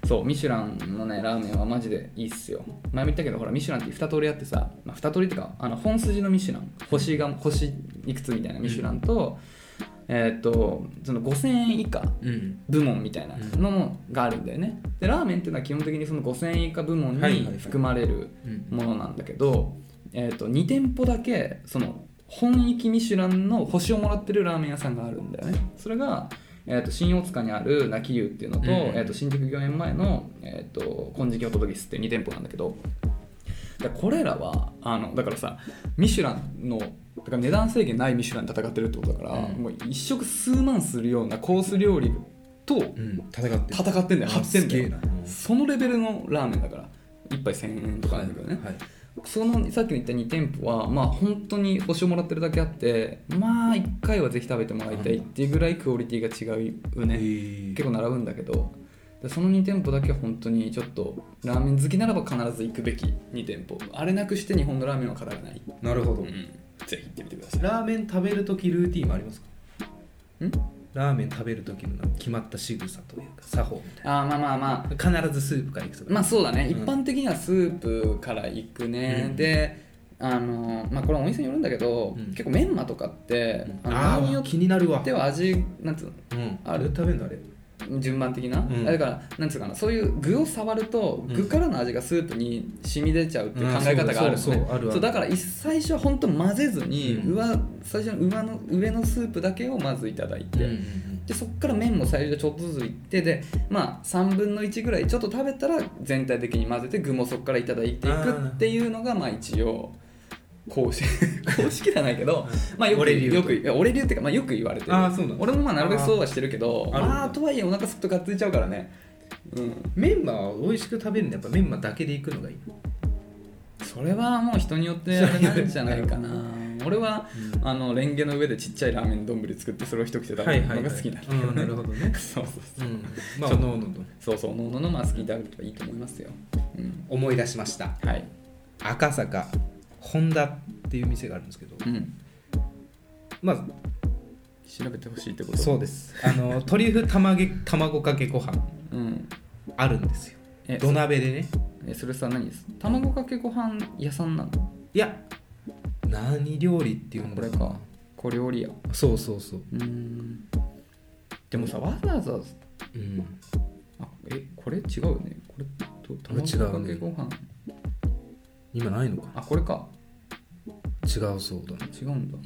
Speaker 2: そうミシュランのねラーメンはマジでいいっすよ前も言ったけどほらミシュランって2通りあってさ、まあ、2通りっていうかあの本筋のミシュラン星が星いくつみたいなミシュランと、えーっとその5000円以下
Speaker 1: うん
Speaker 2: 部門みたいなのもがあるんだよねでラーメンっていうのは基本的にその5000円以下部門
Speaker 1: はいはいは
Speaker 2: に
Speaker 1: い
Speaker 2: 含まれる
Speaker 1: うん
Speaker 2: ものなんだけど、えー、と2店舗だけその本域ミシュランの星をもらってるラーメン屋さんがあるんだよねそれが、えー、と新大塚にある泣き湯っていうの
Speaker 1: う
Speaker 2: と,、
Speaker 1: ん
Speaker 2: えー、と新宿御苑前の、えー、と金色おとどぎすっていう2店舗なんだけどでこれらはあのだからさミシュランのだから値段制限ないミシュランで戦ってるってことだから、
Speaker 1: うん
Speaker 2: もう一食数万するようなコース料理と
Speaker 1: うん戦ってる
Speaker 2: 戦ってんだよ
Speaker 1: あ
Speaker 2: 8
Speaker 1: す
Speaker 2: 点だ
Speaker 1: げえ
Speaker 2: よ
Speaker 1: な
Speaker 2: そのレベルのラーメンだから1杯1000円とかなんだけどね、
Speaker 1: はい
Speaker 2: そのさっきの言った2店舗はまあ本当に星をもらってるだけあってまあ1回はぜひ食べてもらいたいっていうぐらいクオリティが違うよ
Speaker 1: へ
Speaker 2: ね
Speaker 1: ー
Speaker 2: 結構並ぶんだけどでその2店舗だけは本当にちょっとラーメン好きならば必ず行くべき2店舗あれなくして日本のラーメンは語らない、
Speaker 1: なるほど
Speaker 2: ぜひ行ってみてください
Speaker 1: ラーメン食べるときルーティンもありますか
Speaker 2: ん
Speaker 1: ラーメン食べるときのなんか決まった仕草というか作法みたい
Speaker 2: あーまあまあまあ
Speaker 1: な必ずスープからいくとか
Speaker 2: まあそうだね、
Speaker 1: うん
Speaker 2: 一般的にはスープから行くね、
Speaker 1: うん
Speaker 2: であのまあ、これお店によるんだけど、
Speaker 1: うん
Speaker 2: 結構メンマとかって、あの
Speaker 1: あ
Speaker 2: 場合によ
Speaker 1: あ
Speaker 2: っ
Speaker 1: 気になるわ
Speaker 2: ては味なんつう
Speaker 1: うん
Speaker 2: あ
Speaker 1: あ
Speaker 2: る
Speaker 1: れ食べるのあれ
Speaker 2: の順番的な、
Speaker 1: ん
Speaker 2: だからなんつうかなそういう具を触ると
Speaker 1: うん
Speaker 2: 具からの味がスープに染み出ちゃうっていう考え方があるのね、
Speaker 1: うんそうそうそうあるある
Speaker 2: そうだから一最初は本当混ぜずに、
Speaker 1: うん
Speaker 2: 上最初の上の上のスープだけをまずいただいて、
Speaker 1: うんうんうん
Speaker 2: でそこから麺も最初ちょっとずついってでまあ3分の1ぐらいちょっと食べたら全体的に混ぜて具もそこからいただいていくっていうのがまあ一応公式 公式じゃないけどまあよく
Speaker 1: 俺流と
Speaker 2: よくいや俺流っていうか、まあ、よく言われてる
Speaker 1: あーそうなんだ
Speaker 2: 俺もまあなるべくそうはしてるけど
Speaker 1: あーあるんだ
Speaker 2: まあとはいえお腹すっとがっついちゃうからねうん
Speaker 1: メンマは美味しく食べるのやっぱメンマだけでいくのがいい
Speaker 2: それはもう人によってあれなんじゃないかな俺はあのレンゲの上でちっちゃいラーメン丼作ってそれを一口で食べるのが好きなんだけど
Speaker 1: うんな
Speaker 2: ね
Speaker 1: るほどね
Speaker 2: そうそうそう
Speaker 1: うんまあ
Speaker 2: ちょ
Speaker 1: おのおのと
Speaker 2: そうそう、のののマスキーであるといいと思いますよ。うん。
Speaker 1: 思い出しました
Speaker 2: はい。
Speaker 1: 赤坂本田っていう店があるんですけど
Speaker 2: うん。
Speaker 1: まあ
Speaker 2: 調べてほしいってこと。
Speaker 1: そうですあ のトリュフ卵卵かけご飯
Speaker 2: うん。
Speaker 1: あるんですよ
Speaker 2: え、
Speaker 1: 土鍋でね
Speaker 2: えそれさ、何です卵かけご飯屋さんなの
Speaker 1: いや何料理っていうん
Speaker 2: こ
Speaker 1: だろ
Speaker 2: れ
Speaker 1: う
Speaker 2: か。小料理屋。う
Speaker 1: そうそうそう
Speaker 2: ーん。でもさ、わざわざ、
Speaker 1: うん
Speaker 2: あえ、これ違うよね。これと
Speaker 1: これ違うね
Speaker 2: 卵かけご飯。
Speaker 1: 今ないのか
Speaker 2: あ、これか。
Speaker 1: 違うそうだね
Speaker 2: 違うんだ。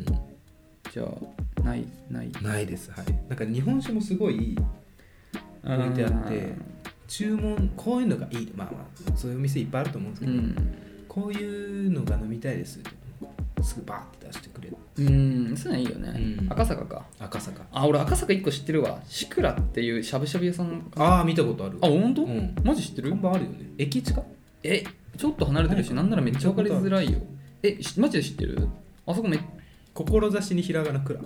Speaker 2: じゃあ、ない、ない。
Speaker 1: ないですはいなんか日本酒もすごい置いてあって注文こういうのがいいまあまあそういうお店いっぱいあると思うんです
Speaker 2: う
Speaker 1: けど、
Speaker 2: ん。
Speaker 1: こういうのが飲みたいですってすぐバーって出してくれる
Speaker 2: うん、そういうのいいよね。
Speaker 1: うん
Speaker 2: 赤坂か。
Speaker 1: 赤坂
Speaker 2: あ、俺赤坂一個知ってるわ。シクラっていうしゃぶしゃぶ屋さん
Speaker 1: ああ見たことある
Speaker 2: あ、本当、
Speaker 1: うん
Speaker 2: マジ知ってる
Speaker 1: 看板あるよね駅近
Speaker 2: え、ちょっと離れてるし、なんならめっちゃ分かりづらいよ。え、しマジで知ってるあそこめ
Speaker 1: 志にひらがなくら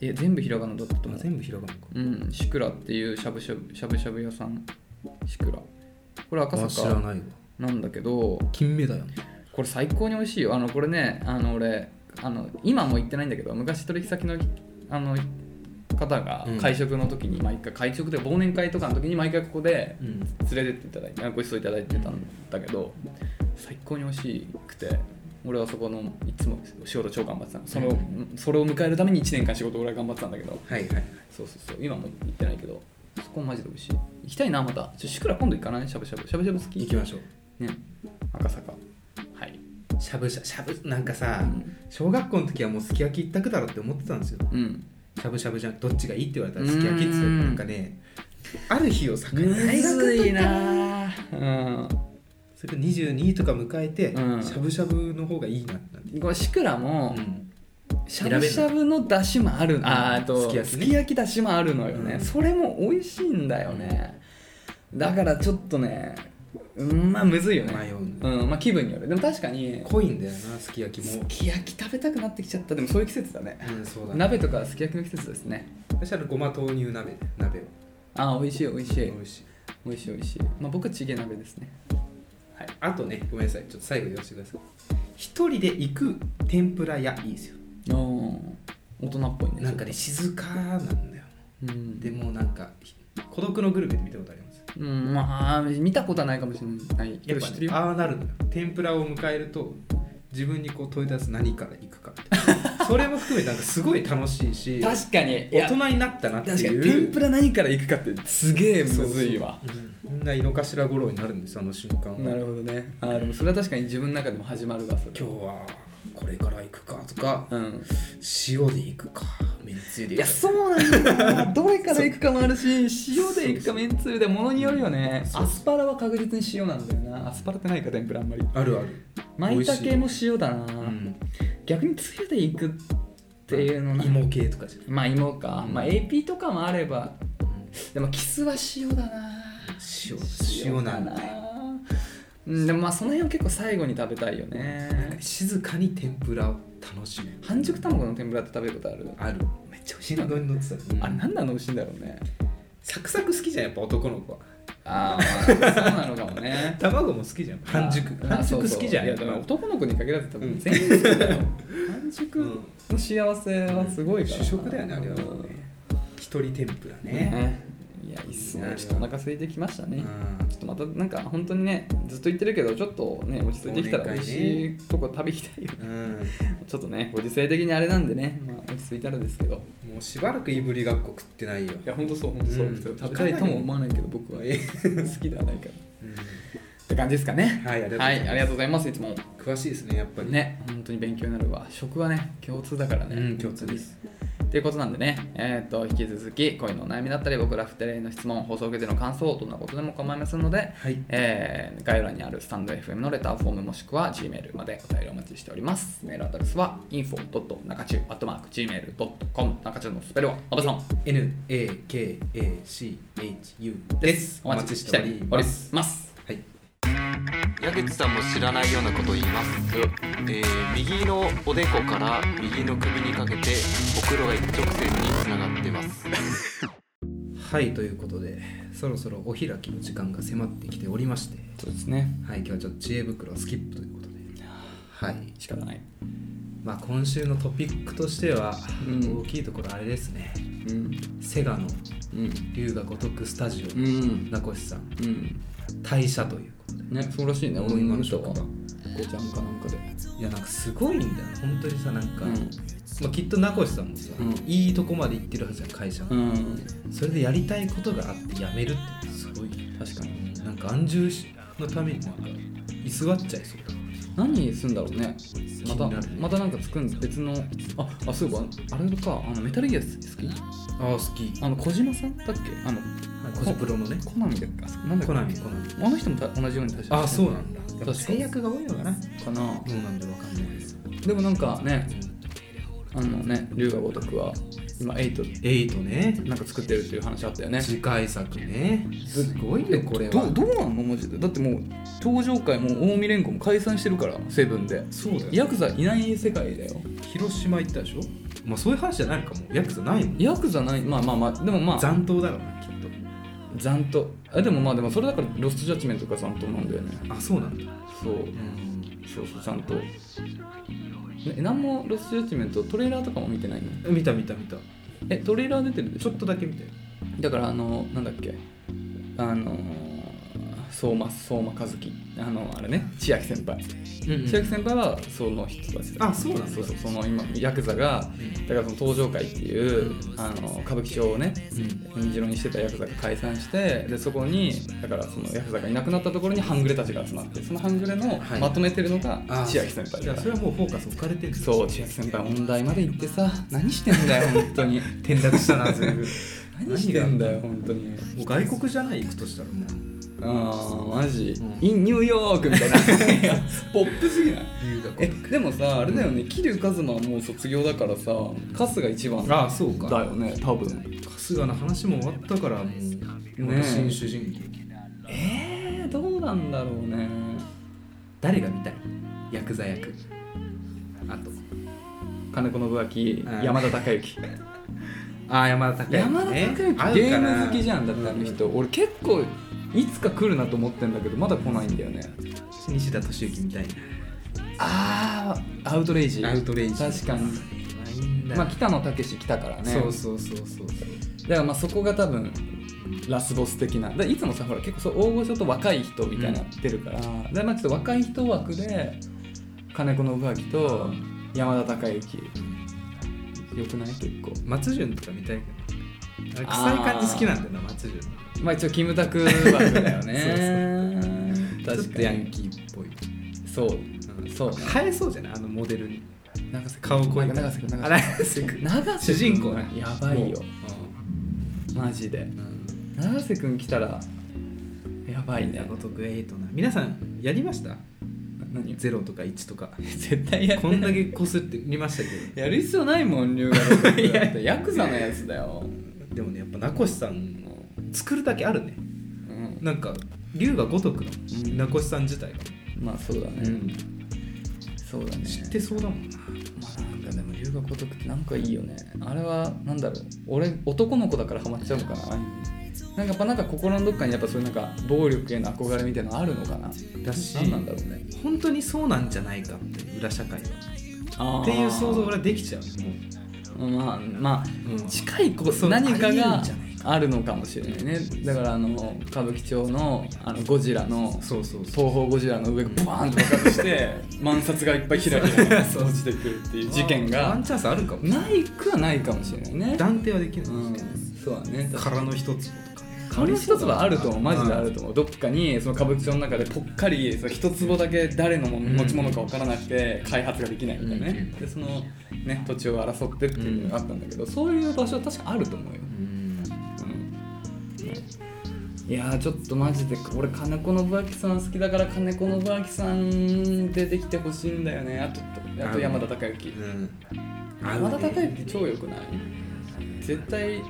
Speaker 2: え、全部ひらがなだったと思う。
Speaker 1: 全部ひらがなか
Speaker 2: うん、シクラっていうしゃぶしゃぶしゃぶしゃぶ屋さん。シクラ。これ赤
Speaker 1: あ知らな
Speaker 2: 坂
Speaker 1: いわ
Speaker 2: なんだけど、
Speaker 1: 金目だよね
Speaker 2: これ最高に美味しいよ。あの、これね、あの、俺、あの、今も行ってないんだけど、昔取引先の、あの、方が
Speaker 1: うん
Speaker 2: 会食の時に毎回、会食で忘年会とかの時に毎回ここで
Speaker 1: うん
Speaker 2: 連れてっていただいてあごちそういただいてたんだけど最高に美味しくて俺はそこのいつも仕事超頑張ってたのその、
Speaker 1: う
Speaker 2: それを迎えるために1年間仕事ぐらい頑張ってたんだけど
Speaker 1: はいはい
Speaker 2: そうそうそう今も行ってないけどそこマジで美味しい行きたいなまたちょシクラ今度行かないしゃぶしゃぶしゃぶしゃぶ好
Speaker 1: 行
Speaker 2: き
Speaker 1: きましょう
Speaker 2: ね赤坂はい、
Speaker 1: しゃぶしゃしゃぶなんかさ
Speaker 2: うん
Speaker 1: 小学校の時はもうすき焼き一択だろって思ってたんですよ
Speaker 2: うん、
Speaker 1: しゃぶしゃぶじゃんどっちがいいって言われたらすき焼きっつって
Speaker 2: うん
Speaker 1: なんかねある日を境に大学
Speaker 2: むず
Speaker 1: の時
Speaker 2: いなぁ
Speaker 1: それで22とか迎えて
Speaker 2: うん
Speaker 1: しゃぶしゃぶの方がいいなってなって
Speaker 2: うんこれシクラも、
Speaker 1: うん
Speaker 2: しゃぶしゃぶのだしもある
Speaker 1: ん
Speaker 2: あーあと
Speaker 1: すき焼き
Speaker 2: す
Speaker 1: ね
Speaker 2: き焼きだしもあるのよね、
Speaker 1: うん
Speaker 2: それも美味しいんだよねだからちょっとねうんまあむずいよ
Speaker 1: 迷
Speaker 2: ね
Speaker 1: うの
Speaker 2: うんまあ気分によるでも確かに
Speaker 1: 濃いんだよなすき焼き
Speaker 2: す
Speaker 1: も
Speaker 2: き焼き食べたくなってきちゃったでもそういう季節だね
Speaker 1: うんそうだね
Speaker 2: 鍋とかすき焼きの季節ですね
Speaker 1: そしたらごま豆乳鍋で鍋は
Speaker 2: ああ美味しい美味しい
Speaker 1: 美味しい
Speaker 2: 美味しい美味しいまあ僕はチゲ鍋ですね
Speaker 1: あとねごめんなさいちょっと最後言わせてください一人で行く天ぷら屋いいですよ
Speaker 2: お大人っぽいね
Speaker 1: なんかね
Speaker 2: ち
Speaker 1: 静かなんだよ
Speaker 2: ょっとうん
Speaker 1: でもなんか孤独のグルメって見たことあります
Speaker 2: うんまあ見たことはないかもしれないけ
Speaker 1: や
Speaker 2: ど
Speaker 1: っ
Speaker 2: 知
Speaker 1: ぱ、
Speaker 2: ってる
Speaker 1: ね、
Speaker 2: よ
Speaker 1: ああなるのよ天ぷらを迎えると自分にこう問い出す何から行くかみたい なそれも含めてなんかすごい楽しいし
Speaker 2: 確かに
Speaker 1: 大
Speaker 2: いや
Speaker 1: 人になったなって
Speaker 2: 確か
Speaker 1: い
Speaker 2: に
Speaker 1: う
Speaker 2: 天ぷら何からいくかってすげえむずいわ
Speaker 1: そうそううんみんな井の頭五郎になるんですあの瞬間は
Speaker 2: なるほどねあーでもそれは確かに自分の中でも始まるわそれ
Speaker 1: 今日はこれから行くかとか
Speaker 2: うん、
Speaker 1: 塩で行くかめんつゆで
Speaker 2: い
Speaker 1: 行
Speaker 2: や
Speaker 1: くか
Speaker 2: そうなんだよなどれからいくかもあるし塩でいくかめんつゆでものによるよね
Speaker 1: そう
Speaker 2: アスパラは確実に塩なんだよなアスパラってないか天ぷらあんまり
Speaker 1: あるある、
Speaker 2: 舞茸も塩だな、
Speaker 1: うん、
Speaker 2: 逆につゆでいくっていうのな
Speaker 1: 芋系とかじゃない
Speaker 2: まあ芋か、まあ AP とかもあれば
Speaker 1: うん
Speaker 2: でもキスは塩だな
Speaker 1: 塩塩なんだよ
Speaker 2: うんでもまあその辺は結構最後に食べたいよね
Speaker 1: 静かに天ぷらを楽しむ
Speaker 2: 半熟卵の天ぷらって食べることある
Speaker 1: ある
Speaker 2: めっちゃ美味しい
Speaker 1: 新
Speaker 2: な
Speaker 1: 聞に載ってた、
Speaker 2: あれ何なの美味しいんだろうね
Speaker 1: サクサク好きじゃんやっぱ男の子は
Speaker 2: ああそうなのかもね
Speaker 1: 卵も好きじゃん半熟
Speaker 2: あ
Speaker 1: 半熟好きじゃん
Speaker 2: いや
Speaker 1: っぱ
Speaker 2: でも男の子に限らず多
Speaker 1: うん
Speaker 2: 分全員好きだ よ半熟
Speaker 1: うん
Speaker 2: の幸せはすごいからな
Speaker 1: 主食だよねあれは
Speaker 2: うん
Speaker 1: 一人天ぷらね
Speaker 2: ねいやいやいいっす
Speaker 1: い
Speaker 2: ね
Speaker 1: や
Speaker 2: ちょっとお腹空いてきましたね、
Speaker 1: うん
Speaker 2: ちょっとまたなんか本当にねずっと言ってるけどちょっとね落ち着いてきたら
Speaker 1: 忘年会ね
Speaker 2: 美味しいとこ食べ行きたいよ
Speaker 1: うん
Speaker 2: ちょっとねご時世的にあれなんでね、まあ、落ち着いたらですけど
Speaker 1: もうしばらくいぶりがっこ食ってないよ、
Speaker 2: いや本当そう本当そう、
Speaker 1: うん
Speaker 2: 食べたいとも思わないけど僕は好きではないから
Speaker 1: うん
Speaker 2: って感じですかね
Speaker 1: はいありがとうございます
Speaker 2: はいありがとうございますいつも
Speaker 1: 詳しいですねやっぱり
Speaker 2: ね本当に勉強になるわ食はね共通だからね、
Speaker 1: うん共通です
Speaker 2: ということなんでね、えー、と引き続き恋のお悩みだったり僕ら2人への質問放送を受けての感想どんなことでも構いませんので、
Speaker 1: はい
Speaker 2: えー概要欄にあるスタンド FM のレターフォームもしくは Gmail までお便りお待ちしておりますメールアドレスは info.nakachu.gmail.com 中中のスペルは阿部さん
Speaker 1: NAKACHU ですお待ちしております
Speaker 2: ます
Speaker 1: はい
Speaker 3: 矢口さんも知らないようなことを言います、えー右のおでこから右の首にかけてほくろが一直線につながってます
Speaker 1: はいということでそろそろお開きの時間が迫ってきておりまして
Speaker 2: そうですね
Speaker 1: はい今日はちょっと知恵袋はスキップということではい
Speaker 2: 仕方ない
Speaker 1: まあ今週のトピックとしては
Speaker 2: うん
Speaker 1: 大きいところあれですね
Speaker 2: うん
Speaker 1: セガの
Speaker 2: うん
Speaker 1: 龍が如くスタジ
Speaker 2: う
Speaker 1: オ
Speaker 2: ん
Speaker 1: 名越さん
Speaker 2: うん
Speaker 1: 退社ということで
Speaker 2: ねそうらしいね
Speaker 1: うん
Speaker 2: 俺今の人
Speaker 1: 職
Speaker 2: は
Speaker 1: 場
Speaker 2: こちゃんかなんかで
Speaker 1: いやなんかすごいんだよ本当にさなんか、
Speaker 2: うん
Speaker 1: まあ、きっと名越さんもさ、
Speaker 2: うん
Speaker 1: いいとこまで行ってるはずじゃん会社が、
Speaker 2: うん
Speaker 1: それでやりたいことがあって辞めるってすごい
Speaker 2: 確かに
Speaker 1: なんか安住のためになんか居座っちゃいそう
Speaker 2: 何するんだろうねま
Speaker 1: 気にな
Speaker 2: た
Speaker 1: るね
Speaker 2: またなんかつくん別のああそういえばあれかあのメタルギア好き
Speaker 1: ああ好き
Speaker 2: あの小島さんだっけあの
Speaker 1: コジプロのね
Speaker 2: コナミだっけあそこなんだっ
Speaker 1: コ
Speaker 2: け
Speaker 1: ナミコナミ
Speaker 2: あの人もた同じように確か
Speaker 1: ああそうなんだやっ
Speaker 2: か
Speaker 1: ぱ制約が多いのかなど
Speaker 2: かな
Speaker 1: うなんだろうわかんないです
Speaker 2: でもなんかねあのね龍が如くは今8
Speaker 1: エイトね
Speaker 2: なんか作ってるっていう話あったよね
Speaker 1: 次回作ねすごいよこれは
Speaker 2: どどうなんのマジでだってもう登場会も近江連合も解散してるからセブンで
Speaker 1: そうだよ
Speaker 2: ヤクザいない世界だよ
Speaker 1: 広島行ったでしょまあそういう話じゃないかもヤクザないもん
Speaker 2: ヤクザないまあまあまあでもまあ
Speaker 1: 残党だろうなきっ
Speaker 2: 残党あでもまあでもそれだからロストジャッジメントが残党なんだよね
Speaker 1: とあそうなんだ
Speaker 2: そう
Speaker 1: うん
Speaker 2: そうそうちゃんとえ何もロストジャッジメントトレーラーとかも見てないの
Speaker 1: 見た見た見た
Speaker 2: えトレーラー出てるでし
Speaker 1: ちょ
Speaker 2: ょ
Speaker 1: っとだけ見たよ
Speaker 2: だからあのなんだっけあの相馬相馬和樹あのあれね千秋先輩、千秋先輩はその人たちだ
Speaker 1: あそうなんだ
Speaker 2: そうそうその今ヤクザが
Speaker 1: うん
Speaker 2: だからその登場会っていうあの歌舞伎町をね
Speaker 1: うん
Speaker 2: 海白にしてたヤクザが解散してでそこにだからそのヤクザがいなくなったところに半グレたちが集まってその半グレの
Speaker 1: はい
Speaker 2: まとめてるのが
Speaker 1: あ
Speaker 2: 千秋先輩
Speaker 1: い
Speaker 2: だ
Speaker 1: や
Speaker 2: か
Speaker 1: それ
Speaker 2: ら
Speaker 1: はもうフォーカス置かれてる
Speaker 2: そう千秋先輩問題まで行ってさ何してんだよ本当 に
Speaker 1: 転落したな全部
Speaker 2: 何してんだよ本当に
Speaker 1: もう外国じゃない行くとしたらもう
Speaker 2: ああマジ、
Speaker 1: うん
Speaker 2: インニューヨークみたいないや ポップすぎない
Speaker 1: 留学
Speaker 2: えでもさあれだよね桐生一馬はもう卒業だからさ春日一番だ
Speaker 1: ああそうか
Speaker 2: よね多分
Speaker 1: 春日の話も終わったからもうまた新主人公
Speaker 2: えー、どうなんだろうね
Speaker 1: 誰が見たいヤクザ役あと
Speaker 2: 金子信
Speaker 1: うん
Speaker 2: 明山田孝之
Speaker 1: ああ山田
Speaker 2: 山田孝之ゲーム好きじゃんだってあの人、俺結構いつか来るなと思ってんだけどまだ来ないんだよね
Speaker 1: 西田敏行みたい
Speaker 2: ああアウトレイジ
Speaker 1: なアウトレイジ
Speaker 2: 確かに
Speaker 1: いいんだ
Speaker 2: まあ北野武来たからね
Speaker 1: そうそうそうそうそう
Speaker 2: だからまあそこが多分ラスボス的なでいつもさほら結構そう大御所と若い人みたいになってるから、でまあちょっと若い人枠で金子信明と山田孝之よくない結構
Speaker 1: 松潤とか見たいけどあれ臭い感じ好きなんだよな松潤
Speaker 2: まあ一応キムタク枠だよ ね
Speaker 1: ちょっ
Speaker 2: 確
Speaker 1: と
Speaker 2: か
Speaker 1: ヤン
Speaker 2: に
Speaker 1: キーっぽい
Speaker 2: そう
Speaker 1: うん
Speaker 2: そう
Speaker 1: 映えそうじゃないあのモデルに
Speaker 2: 長瀬
Speaker 1: 顔濃い
Speaker 2: 長瀬君
Speaker 1: あ
Speaker 2: 長
Speaker 1: 長瀬
Speaker 2: 瀬
Speaker 1: くん
Speaker 2: 君長
Speaker 1: 主
Speaker 2: 瀬
Speaker 1: 人公ね
Speaker 2: ねやばいよマジで長瀬君来たらやばい
Speaker 1: いや
Speaker 2: ね
Speaker 1: ごとくエイトな皆さんやりました
Speaker 2: 何
Speaker 1: ゼロとか1とか
Speaker 2: 絶対や
Speaker 1: こんだ
Speaker 2: け
Speaker 1: けこすってみましたけ
Speaker 2: やる必要 ないもん龍河のだってヤクザのやつだよ、
Speaker 1: どでもねやっぱ名越さんの作るだけあるね
Speaker 2: うん、
Speaker 1: なんか龍が如くの
Speaker 2: うん
Speaker 1: 名越さん自体が、
Speaker 2: まあそうだね、そうだね
Speaker 1: 知ってそうだもんな
Speaker 2: まあなんかでも龍河如くってなんかいいよねあれはなんだろう俺男の子だからハマっちゃうのかななんかやっぱなんか心のどっかにやっぱそういうなんか暴力への憧れみたいなのあるのかな
Speaker 1: だし
Speaker 2: 何なんだろうね
Speaker 1: 本当にそうなんじゃないかって裏社会は
Speaker 2: っ
Speaker 1: っていう想像ができちゃうも
Speaker 2: まあまあ
Speaker 1: う、うん
Speaker 2: 近いこ
Speaker 1: そう
Speaker 2: 何か
Speaker 1: ありえる
Speaker 2: が
Speaker 1: んじゃないか
Speaker 2: あるのかもしれないねだからあの歌舞伎町のあのゴジラの
Speaker 1: そうそうそう
Speaker 2: 東方ゴジラの上がバーンと爆発して 万札がいっぱいひらひら落ちてくるっていう事件
Speaker 1: ワ
Speaker 2: が
Speaker 1: ンチャンスあるかもしれない
Speaker 2: ないくはないかもしれないね
Speaker 1: 断定はできない、
Speaker 2: うんそうだね
Speaker 1: 殻の一つ
Speaker 2: この一つはあると思うマジであると思う、どっかにその歌舞伎町の中でぽっかりその一坪だけ誰のも
Speaker 1: ん
Speaker 2: 持ち物か分からなくて開発ができないみたいなね、でそのね土地を争ってっていうのがあったんだけど、そういう場所は確かあると思うよ、
Speaker 1: うん
Speaker 2: いやーちょっとマジで俺金子信明さん好きだから金子信明さん出てきてほしいんだよねあとあと山田孝之
Speaker 1: うん合
Speaker 2: 山
Speaker 1: う
Speaker 2: 田
Speaker 1: ね
Speaker 2: 孝之超良くない絶対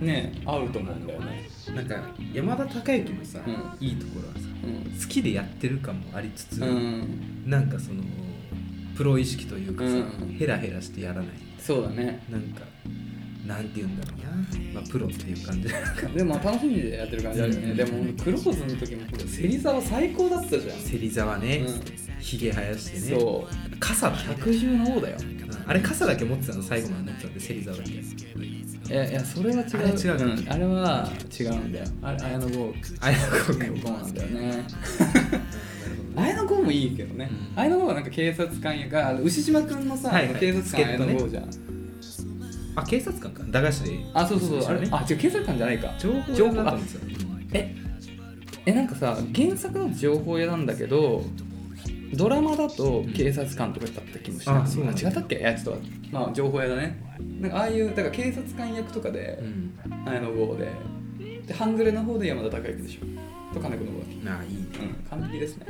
Speaker 2: ね合うと思うんだよね
Speaker 1: なんか山田孝之のさ、
Speaker 2: う
Speaker 1: いいところはさ
Speaker 2: うん
Speaker 1: 好きでやってる感もありつつ、
Speaker 2: うん
Speaker 1: なんかそのプロ意識というかさ、
Speaker 2: うん
Speaker 1: ヘラヘラしてやらない
Speaker 2: そうだね
Speaker 1: なんかなんて言うんだろうな、まあ、プロっていう感じ
Speaker 2: でも楽しみでやってる感じあるよね、
Speaker 1: うん
Speaker 2: でもクローズの時も芹沢最高だったじゃん、
Speaker 1: 芹沢ね
Speaker 2: う
Speaker 1: ひげ、髭生やしてね
Speaker 2: そう
Speaker 1: 傘だね
Speaker 2: 百獣の王だよ
Speaker 1: うんあれ傘だけ持ってたの最後まで持ってたんで芹沢だけ
Speaker 2: いやいやそれは違う
Speaker 1: あれ違うか
Speaker 2: んあれは違うんだよあれ綾野剛
Speaker 1: あれこう
Speaker 2: 剛なんだよ ね綾野剛もいいけどね、
Speaker 1: うん
Speaker 2: 綾野剛はなんか警察官やからあの牛島君のさ、
Speaker 1: はいはい
Speaker 2: 警察官綾
Speaker 1: 助っ人ね
Speaker 2: 野剛じゃん、
Speaker 1: あ警察官か駄菓子で
Speaker 2: あそうそうそうあ
Speaker 1: そうで
Speaker 2: れ
Speaker 1: すよね
Speaker 2: あ違う警察官じゃないか
Speaker 1: 情報
Speaker 2: 情
Speaker 1: 屋
Speaker 2: 報
Speaker 1: だ
Speaker 2: あ
Speaker 1: と思ってたうん
Speaker 2: ええなんかさ原作の情報屋なんだけどドラマだと警察官とかだった気もしない、
Speaker 1: あそうなんだ
Speaker 2: 違ったっけいやちょっとまあ情報屋だねなんかああいうだから警察官役とかで
Speaker 1: うん
Speaker 2: 綾野剛でで半グレの方で山田孝之でしょと金子信明
Speaker 1: ああいいね
Speaker 2: うん完璧ですね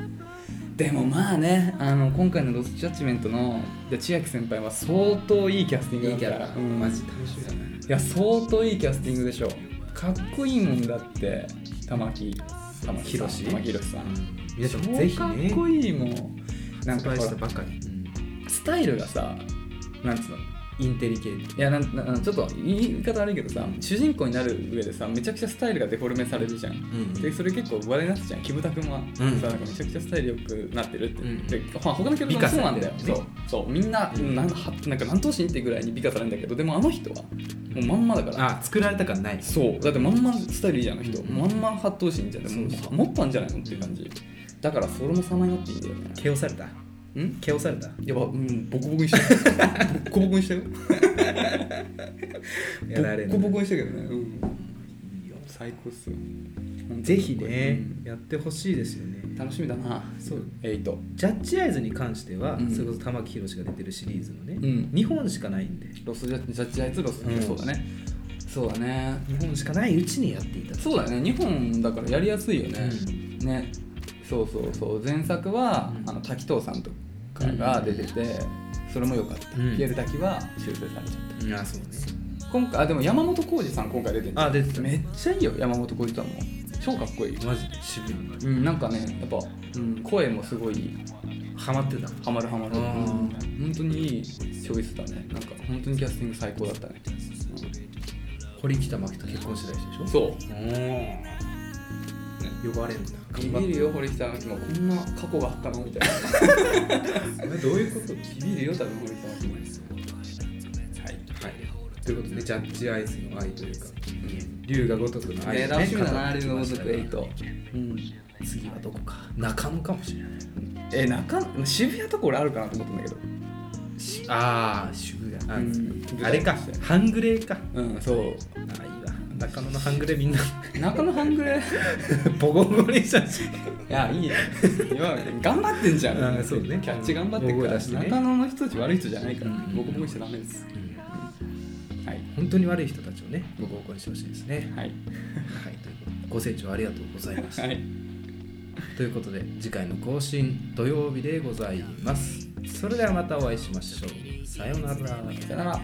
Speaker 2: でもまあねあの今回の「ロス・ジャッジメントの」で千秋先輩は相当いいキャスティング
Speaker 1: い
Speaker 2: だ
Speaker 1: い
Speaker 2: っ
Speaker 1: キ
Speaker 2: た
Speaker 1: ャ
Speaker 2: から
Speaker 1: ラ、
Speaker 2: うん
Speaker 1: マジ楽しみだない
Speaker 2: や相当いいキャスティングでしょかっこいいもんだって玉木玉木さん
Speaker 1: 博士
Speaker 2: 玉木博士さん
Speaker 1: 皆さんぜひ
Speaker 2: 超か
Speaker 1: ね
Speaker 2: っこいいもんなん
Speaker 1: 発
Speaker 2: か
Speaker 1: 売
Speaker 2: ほ
Speaker 1: した
Speaker 2: ら
Speaker 1: ばかり、
Speaker 2: スタイルがさなんつうの
Speaker 1: インテリ系
Speaker 2: いやなんなんちょっと言い方悪いけどさ主人公になる上でさめちゃくちゃスタイルがデフォルメされるじゃん
Speaker 1: うん
Speaker 2: でそれ結構話題になってたじゃんキムタクも
Speaker 1: う
Speaker 2: さ、
Speaker 1: ん
Speaker 2: なんかめちゃくちゃスタイル良くなってるって、
Speaker 1: うん
Speaker 2: でまあ他の曲もそうなんだよ、
Speaker 1: 美化されて
Speaker 2: そ
Speaker 1: る
Speaker 2: うそうみんな,、
Speaker 1: うん
Speaker 2: なんかはなんか何頭身ってぐらいに美化されるんだけどでもあの人はもうまんまだから
Speaker 1: あ作られた感ない
Speaker 2: そうだってまんまスタイルいいじゃんあの人、
Speaker 1: うん
Speaker 2: まんま八頭身じゃんでも
Speaker 1: そうそう
Speaker 2: 持ったんじゃないのっていう感じだからそれも様になっていいんだよね
Speaker 1: けおされた
Speaker 2: うん
Speaker 1: けおされた
Speaker 2: やばうんボコボコ にしたよボコボコにしたよ
Speaker 1: やられる
Speaker 2: ボコボコにしたけどねうんいや最高っすよ
Speaker 1: ぜひね
Speaker 2: うん
Speaker 1: やってほしいですよね
Speaker 2: 楽しみだな
Speaker 1: そう
Speaker 2: エイト
Speaker 1: ジャッジアイズに関しては、
Speaker 2: うん
Speaker 1: それこそ玉木宏が出てるシリーズのね、
Speaker 2: うん
Speaker 1: 日本しかないんで
Speaker 2: ロスジャッジジャッジアイズロス、
Speaker 1: うん
Speaker 2: そうだねそうだね
Speaker 1: 日本しかないうちにやっていた
Speaker 2: そうだよね日本だからやりやすいよね、ねそうそうそう前作は、
Speaker 1: うん
Speaker 2: あの滝藤さんとかが出てて、それも良かった、
Speaker 1: うん
Speaker 2: ピエール滝は修正されち
Speaker 1: うん
Speaker 2: ゃっ
Speaker 1: あそうね
Speaker 2: た今回あでも山本浩二さん今回出てる
Speaker 1: あ出てた
Speaker 2: めっちゃいいよ山本浩二さんも超かっこいい
Speaker 1: マジで渋い
Speaker 2: うんなんかねやっぱ、うん、声もすごい
Speaker 1: ハマってた
Speaker 2: ハマるハマる、うん
Speaker 1: あー、
Speaker 2: 本当にいいチョイスだねなんか本当にキャスティング最高だったね、
Speaker 1: 堀北真希と結婚してた人でし
Speaker 2: う
Speaker 1: ょ
Speaker 2: んそう
Speaker 1: おお呼ばれるんだ
Speaker 2: ビビるよ堀北真希もこんな過去があったのみたいな
Speaker 1: どういうこと
Speaker 2: ビビるよ多分堀北真希もはい
Speaker 1: はいということでジャッジアイズの愛というか龍が如くの愛
Speaker 2: ね、
Speaker 1: を
Speaker 2: 楽しみだな、
Speaker 1: 語っ
Speaker 2: レ
Speaker 1: て
Speaker 2: ゴ
Speaker 1: き
Speaker 2: の
Speaker 1: ま
Speaker 2: 族
Speaker 1: したが
Speaker 2: 8。うん、
Speaker 1: 次はどこか中野かもしれない
Speaker 2: え、中野、渋谷とこ俺あるかなと思ったんだけど。
Speaker 1: ああ渋谷あ,、
Speaker 2: うん
Speaker 1: れか半グレか
Speaker 2: うん、そう。
Speaker 1: ああいいわ中野の半グレみんな
Speaker 2: 中野半グレ。
Speaker 1: ボコボコにしたし
Speaker 2: いや、いいや。今、頑張ってんじゃん。
Speaker 1: うんそうね
Speaker 2: キャッチ頑張ってるか
Speaker 1: 大
Speaker 2: ら、
Speaker 1: 声出してね
Speaker 2: 中野の人たち悪い人じゃないから、
Speaker 1: うん
Speaker 2: ボコボコにしちゃダメです。はい。
Speaker 1: 本当に悪い人たちをねボコボコにしてほしいですね
Speaker 2: は
Speaker 1: は
Speaker 2: い。
Speaker 1: いということでご清聴ありがとうございました
Speaker 2: はい。
Speaker 1: ということで次回の更新土曜日でございますそれではまたお会いしましょうさようなら
Speaker 2: さよなら。